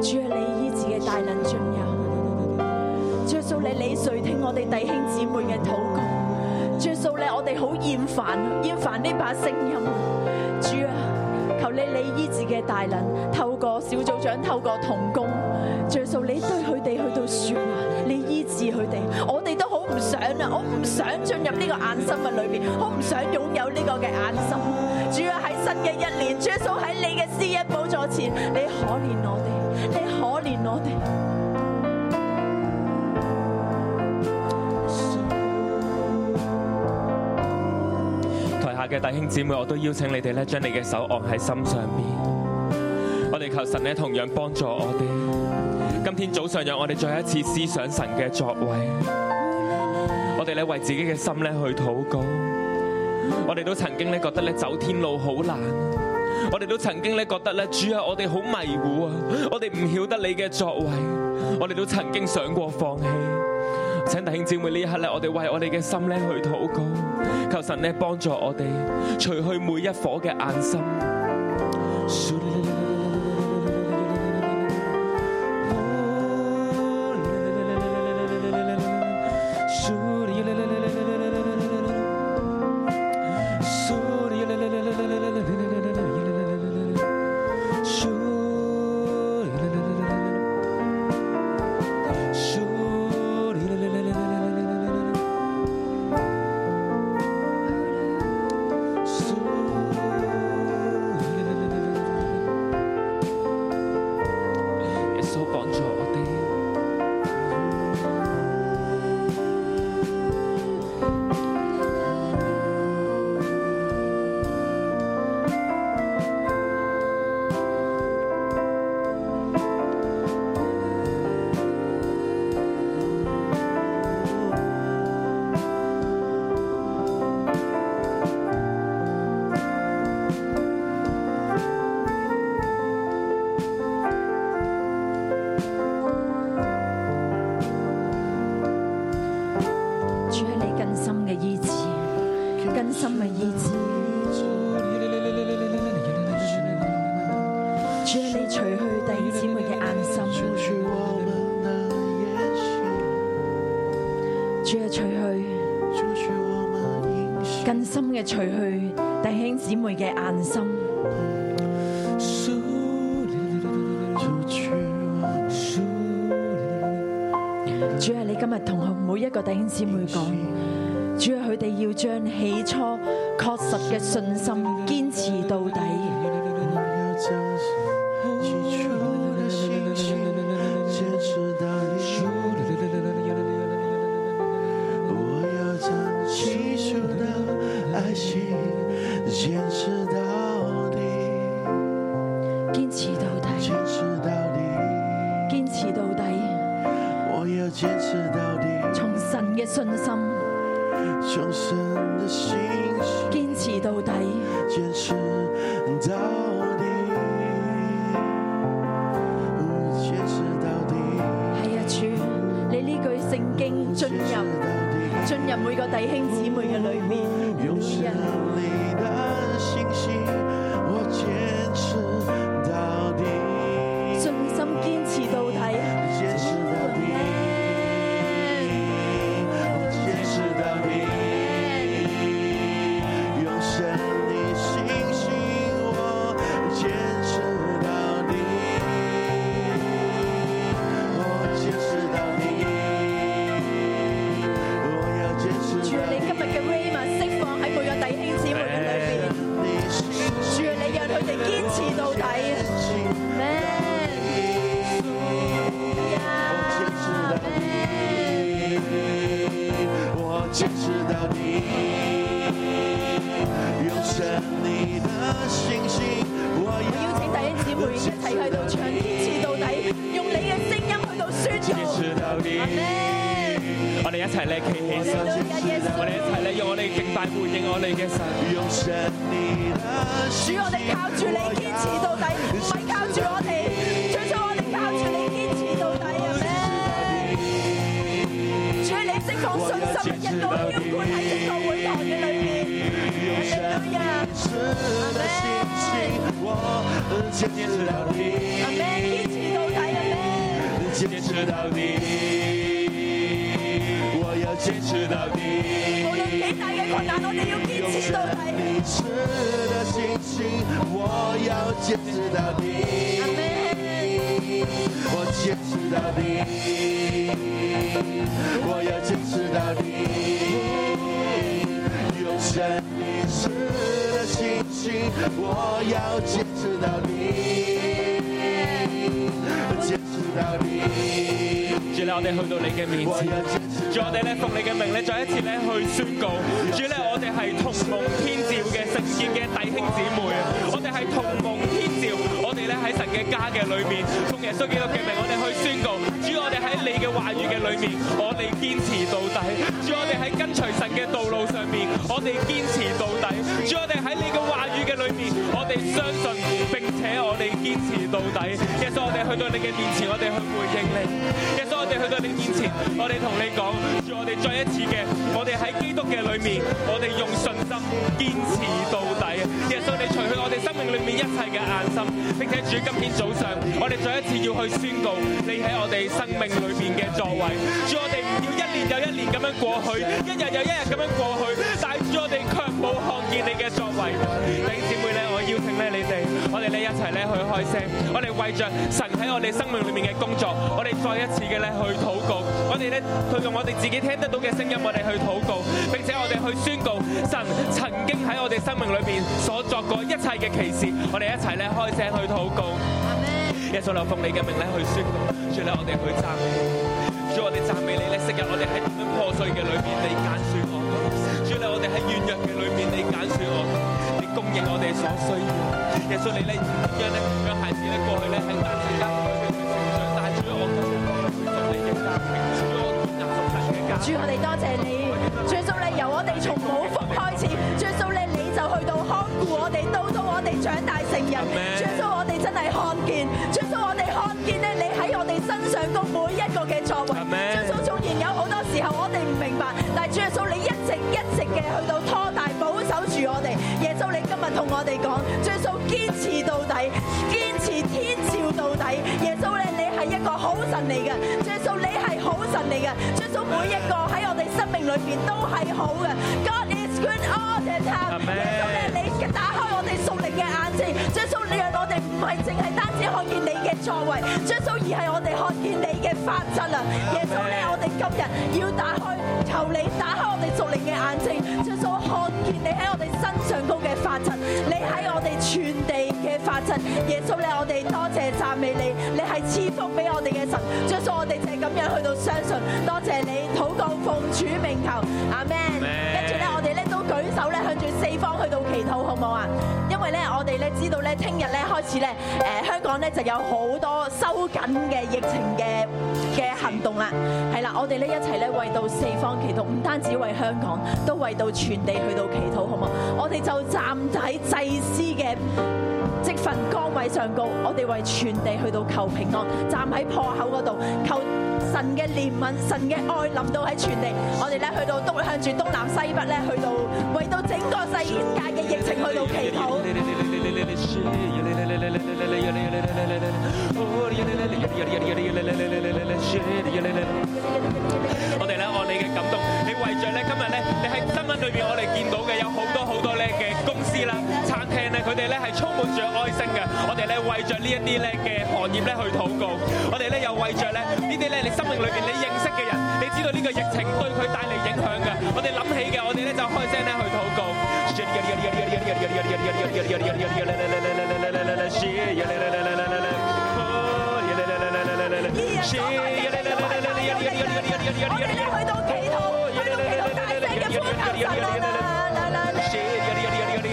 Speaker 5: 主啊，你醫治嘅大能進入，主數你你垂聽我哋弟兄姊妹嘅禱告，主數咧我哋好厭煩厭煩呢把聲音，主啊，求你你醫治嘅大能透過小組長，透過童工，主數你對佢哋去到說話，你醫治佢哋，我哋都好唔想啊，我唔想進入呢個眼心嘅裏邊，我唔想擁有呢個嘅眼心，主啊喺新嘅一年，主數喺你嘅施恩寶座前，你可憐我哋，你可憐我哋。
Speaker 6: 台下嘅弟兄姊妹，我都邀請你哋咧，將你嘅手按喺心上面。我哋求神咧，同樣幫助我哋。今天早上，讓我哋再一次思想神嘅作為。我哋咧為自己嘅心咧去禱告。我哋都曾經咧覺得咧走天路好難。我哋都曾經咧覺得咧主啊，我哋好迷糊啊，我哋唔曉得你嘅作為。我哋都曾經想過放棄。請弟兄姊妹呢一刻咧，我哋為我哋嘅心咧去禱告。求神咧帮助我哋，除去每一顆嘅眼心。耶稣帮助我哋。
Speaker 5: 主喺你更深嘅醫治，更深嘅醫治。主啊喺你除去弟兄姊妹嘅眼心，啊主啊除去更深嘅除去弟兄姊妹嘅眼心，主啊你今日同每一個弟兄姊妹講。主啊，佢哋要將起初確實嘅信心堅持到底。
Speaker 4: 我要将起初的爱坚持到底，
Speaker 7: 坚持到底，
Speaker 4: 坚持到底，
Speaker 7: 坚持到底，
Speaker 4: 我要坚持到底，
Speaker 7: 从神嘅信心
Speaker 4: 终身的信心，
Speaker 7: 坚持到底，
Speaker 4: 坚持到底，坚持到底，
Speaker 7: 系啊，主，你呢句圣经进
Speaker 4: 坚持
Speaker 7: 入
Speaker 4: 到
Speaker 7: 进入每个弟兄姊妹嘅里面，
Speaker 4: 底，用神你的信心，我坚持到底，
Speaker 7: 信心坚持到底。
Speaker 4: 坚持到底，我坚持到底。用神的信心，我坚持到底，我坚持到底，我要坚持
Speaker 5: 主啊，
Speaker 4: 到
Speaker 5: 你今日嘅 Rayma 釋放喺每個弟兄姊妹嘅裏邊。
Speaker 4: 你信
Speaker 5: 主啊，你讓佢哋堅持到底。
Speaker 4: 心，我坚持到底，我坚持到底，用神你的信心，我
Speaker 5: 我邀請弟兄姊妹一齊喺度唱堅持到底，用你嘅聲音去到宣
Speaker 6: 坚持
Speaker 5: 告。
Speaker 6: 到底。我哋一齊咧企起身，我哋一齊咧用我哋敬拜回應我哋嘅神。
Speaker 4: 用神你的
Speaker 5: 主，
Speaker 4: 信
Speaker 5: 我哋靠住你堅持到底，唔係靠住我哋。最初我哋靠住你堅持到底，阿咩？主，你釋放信心嘅一道澆灌喺整個會堂嘅裏面。
Speaker 4: 用神持的信心，我坚持到底，
Speaker 5: 阿咩？堅持到底，阿咩？
Speaker 4: 坚持到底，我要坚持到底。
Speaker 5: 無論幾大嘅困難，我哋要
Speaker 4: 用
Speaker 5: 堅持
Speaker 4: 神
Speaker 5: 到底。
Speaker 4: 你持的信心，我要坚持到底，
Speaker 5: 阿咩？
Speaker 4: 我坚持到底，我要坚持到底。用神你持的信心，我要坚持到底，坚持到底。
Speaker 6: 主啊咧，我哋去到你嘅面
Speaker 4: 我
Speaker 6: 前。
Speaker 4: 要坚持
Speaker 6: 主，啊我哋咧奉你嘅命咧，再一次咧去宣告，主咧，我哋係同蒙天召嘅聖潔嘅弟兄姊妹啊！我哋係同蒙天召，我哋咧喺神嘅家嘅裏面，奉耶穌基督嘅命，我哋去宣告，主，啊我哋喺你嘅話語嘅裏面，我哋堅持到底；主，啊我哋喺跟隨神嘅道路上面，我哋堅持到底；主，啊我哋喺你嘅話語嘅裏面，我哋相信並且我哋堅持到底。耶穌，我哋去到你嘅面前，我哋去回應你。耶穌，我哋去到你面前，我哋同你講，主，我哋再一次嘅，我哋喺基督嘅裏面，我哋用信心堅持到底。耶穌，你除去我哋生命裏面一切嘅硬心，並且主今天早上，我哋再一次要去宣告你喺我哋生命裏面嘅作為。主，我哋唔要一年又一年咁樣過去，一日又一日咁樣過去，但係主，我哋卻冇看見你嘅作為。弟兄姊妹咧，我邀請咧你哋，我哋咧一齊咧去開聲，我哋為着神喺我哋生命裏面嘅工作，我哋再一次嘅咧去禱告，我哋咧去用我哋自己聽得到嘅聲音，我哋去禱告，並且我哋去宣告神曾經喺我哋生命裏面所作過一切嘅奇事，我哋一齊咧開聲去禱告。耶穌，我奉你嘅名咧去宣告，主咧我哋去讚美你。主我哋讚美你咧，昔日我哋喺咁樣破碎嘅裏面，你揀選我；主你我哋喺軟弱嘅裏面，你揀選我；你供應我哋所需要。耶穌你咧點樣咧，讓孩子咧過去咧喺單親家庭裏面成長，但係主我今日我哋嘅家庭，主我建立屬神嘅家庭
Speaker 5: 主，我哋多謝你，主耶穌你由我哋從冇福開始，主耶穌你你就去到看顧我哋，到到我哋長大成人
Speaker 6: Amen，
Speaker 5: 主耶穌我哋真係看見，主耶穌我哋看見咧，你喺我哋身上嘅每一個嘅作為，
Speaker 6: Amen
Speaker 5: 主耶穌縱然有好多時候我哋唔明白，但係主耶穌你一直一直嘅去到拖大保守住我哋，耶穌你今日同我哋講，主耶穌堅持到底，堅持天照到底，耶穌咧你係一個好神嚟嘅，主耶穌你係好神嚟嘅，主耶穌每一個喺我哋生命裏邊都係好嘅，God is good all the time，耶
Speaker 6: Amen
Speaker 5: 穌咧你打開我哋屬靈嘅眼睛，主耶穌你讓我哋唔係淨係單止看見你嘅作為，主耶穌而係我哋看見你嘅法則啊，耶穌咧我哋今日要打開，求你打開我哋屬靈嘅眼睛，主耶穌看見你喺我哋身上高嘅法則，你喺我哋全地嘅法則，耶穌咧我哋多謝讚美你，你係賜福俾我哋嘅神，主耶穌我哋就係咁樣去到相信，多謝你禱告奉主名求，阿
Speaker 6: Amen
Speaker 5: 門。跟住咧我哋咧都舉手咧向住四方去到祈禱，好唔冇啊？因為咧，我哋咧知道咧，聽日咧開始咧，誒、香港咧就有好多收緊嘅疫情嘅嘅行動啦。係啦，我哋咧一齊咧為到四方祈禱，唔單止為香港，都為到全地去到祈禱，好冇？我哋就站喺祭司嘅。職份崗位上高，我哋為全地去到求平安，站喺破口嗰度求神嘅憐憫、神嘅愛臨到喺全地。我哋咧去到東向住東南西北咧，去到為到整個世界嘅疫情去到祈禱。
Speaker 6: 我哋咧按你嘅感動，你為着咧今日咧，你喺新聞裏邊我哋見到嘅有好多好多咧嘅公司啦、餐廳咧，佢哋咧係充滿住哀聲嘅。我哋咧為着呢一啲咧嘅行業咧去禱告，我哋咧又為着咧呢啲咧你生命裏邊你認識嘅人，你知道呢個疫情對佢帶嚟影響嘅，我哋諗起嘅，我哋咧就開聲咧去禱告。
Speaker 5: 我哋咧去到祈禱，去到祈禱大聲嘅呼求神啊！啦啦啦！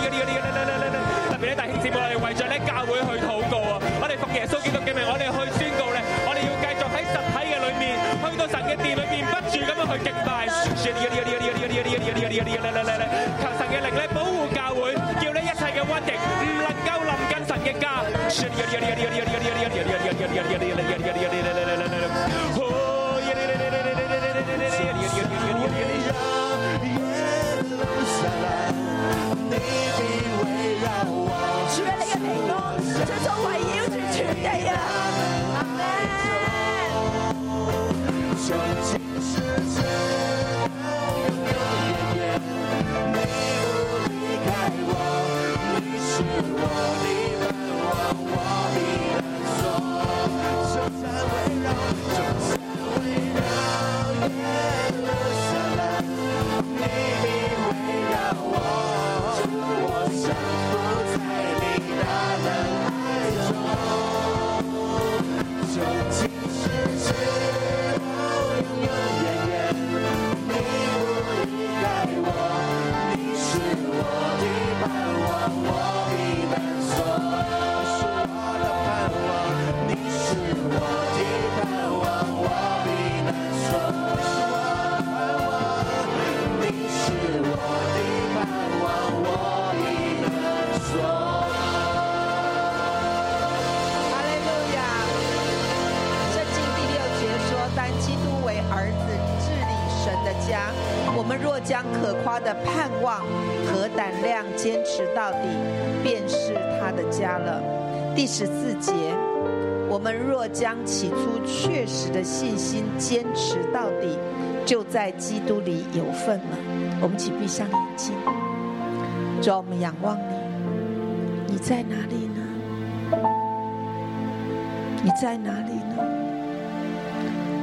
Speaker 6: 特別咧，弟兄姊妹，我哋為咗咧教會去禱告啊！我哋奉耶穌基督嘅名，我哋去宣告咧，我哋要繼續喺實體嘅裏面，去到神嘅殿裏面，不住咁樣去敬拜。求神嘅靈咧保護教會，叫呢一切嘅瘟疫唔能夠臨近神嘅家。
Speaker 5: 主啊，你嘅平安，耶穌圍繞住全地啊！阿門
Speaker 8: 哈利路亚！圣经第六节说：“但基督为儿子治理神的家，我们若将可夸的盼望和胆量坚持到底，便是他的家了。”第十四节，我们若将起初确实的信心坚持到底，就在基督里有份了。我们请闭上眼睛，主啊，我们仰望你，你在哪里呢？你在哪里呢？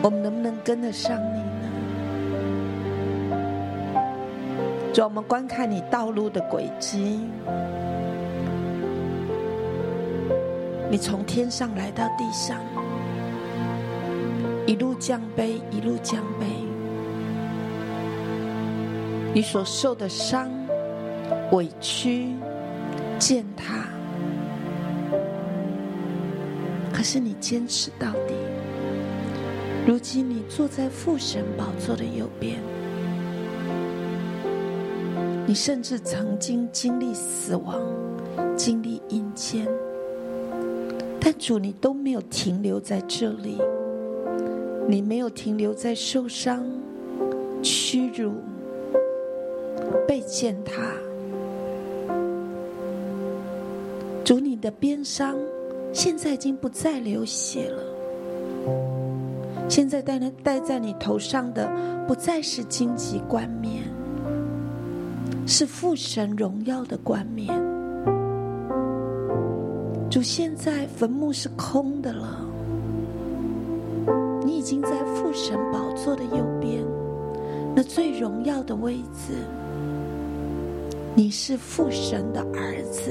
Speaker 8: 我们能不能跟得上你呢？主，啊我们观看你道路的轨迹，你从天上来到地上，一路降卑，一路降卑，你所受的伤、委屈、践踏。可是你坚持到底。如今你坐在父神宝座的右边，你甚至曾经经历死亡，经历阴间，但主你都没有停留在这里，你没有停留在受伤、屈辱、被践踏。主你的鞭伤现在已经不再流血了。现在戴戴在你头上的不再是荆棘冠冕，是父神荣耀的冠冕。主，现在坟墓是空的了，你已经在父神宝座的右边，那最荣耀的位置。你是父神的儿子。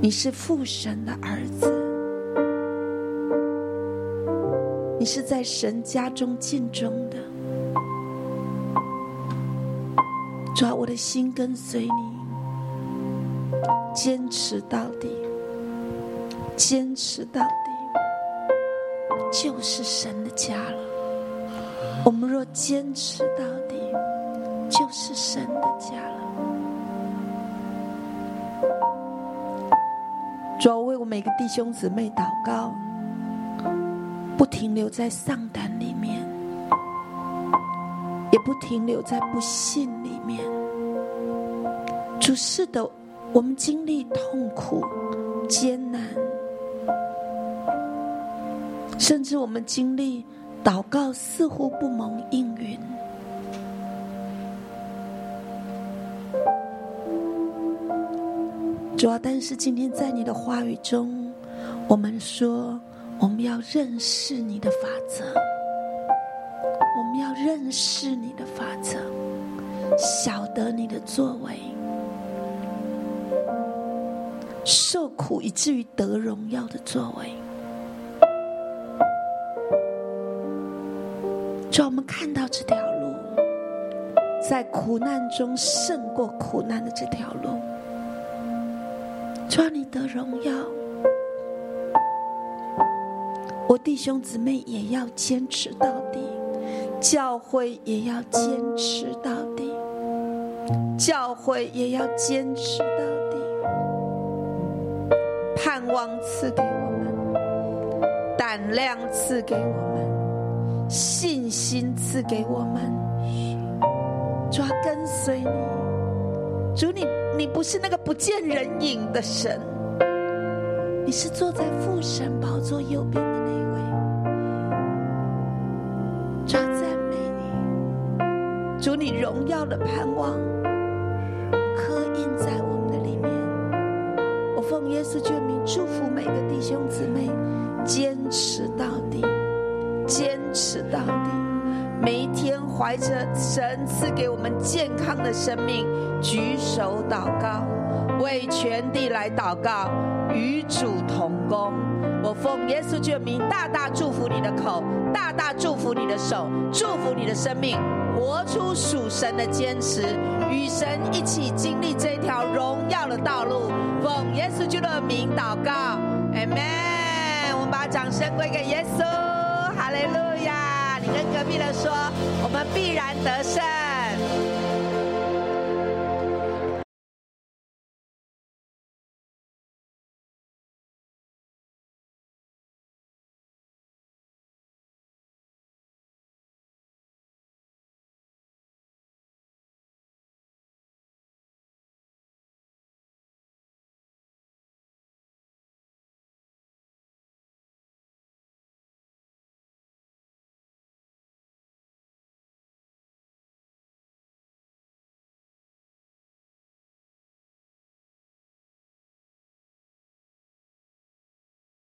Speaker 8: 你是父神的儿子，你是在神家中尽忠的。主啊，我的心跟随你，坚持到底，坚持到底，就是神的家了。我们若坚持到底，就是神的家了。主要为我每个弟兄姊妹祷告，不停留在丧胆里面，也不停留在不信里面。主是的，我们经历痛苦、艰难，甚至我们经历祷告似乎不蒙应允。主要，但是今天在你的话语中，我们说我们要认识你的法则，我们要认识你的法则，晓得你的作为，受苦以至于得荣耀的作为。主啊要，我们看到这条路，在苦难中胜过苦难的这条路。主啊，你得荣耀。我弟兄姊妹也要坚持到底，教会也要坚持到底，教会也要坚持到底。盼望赐给我们，胆量赐给我们，信心赐给我们。主啊，跟随你。主你，你不是那个不见人影的神，你是坐在父神宝座右边的那一位。主啊，赞美你，主你荣耀的盼望刻印在我们的里面。我奉耶稣之名祝福每个弟兄姊妹，坚持到底，坚持到底。每一天怀着神赐给我们健康的生命，举手祷告，为全地来祷告，与主同工。我奉耶稣之名，大大祝福你的口，大大祝福你的手，祝福你的生命，活出属神的坚持，与神一起经历这条荣耀的道路。奉耶稣基督的名祷告，Amen。我们把掌声归给耶稣，哈利路亚！你跟隔壁人说，我们必然得胜。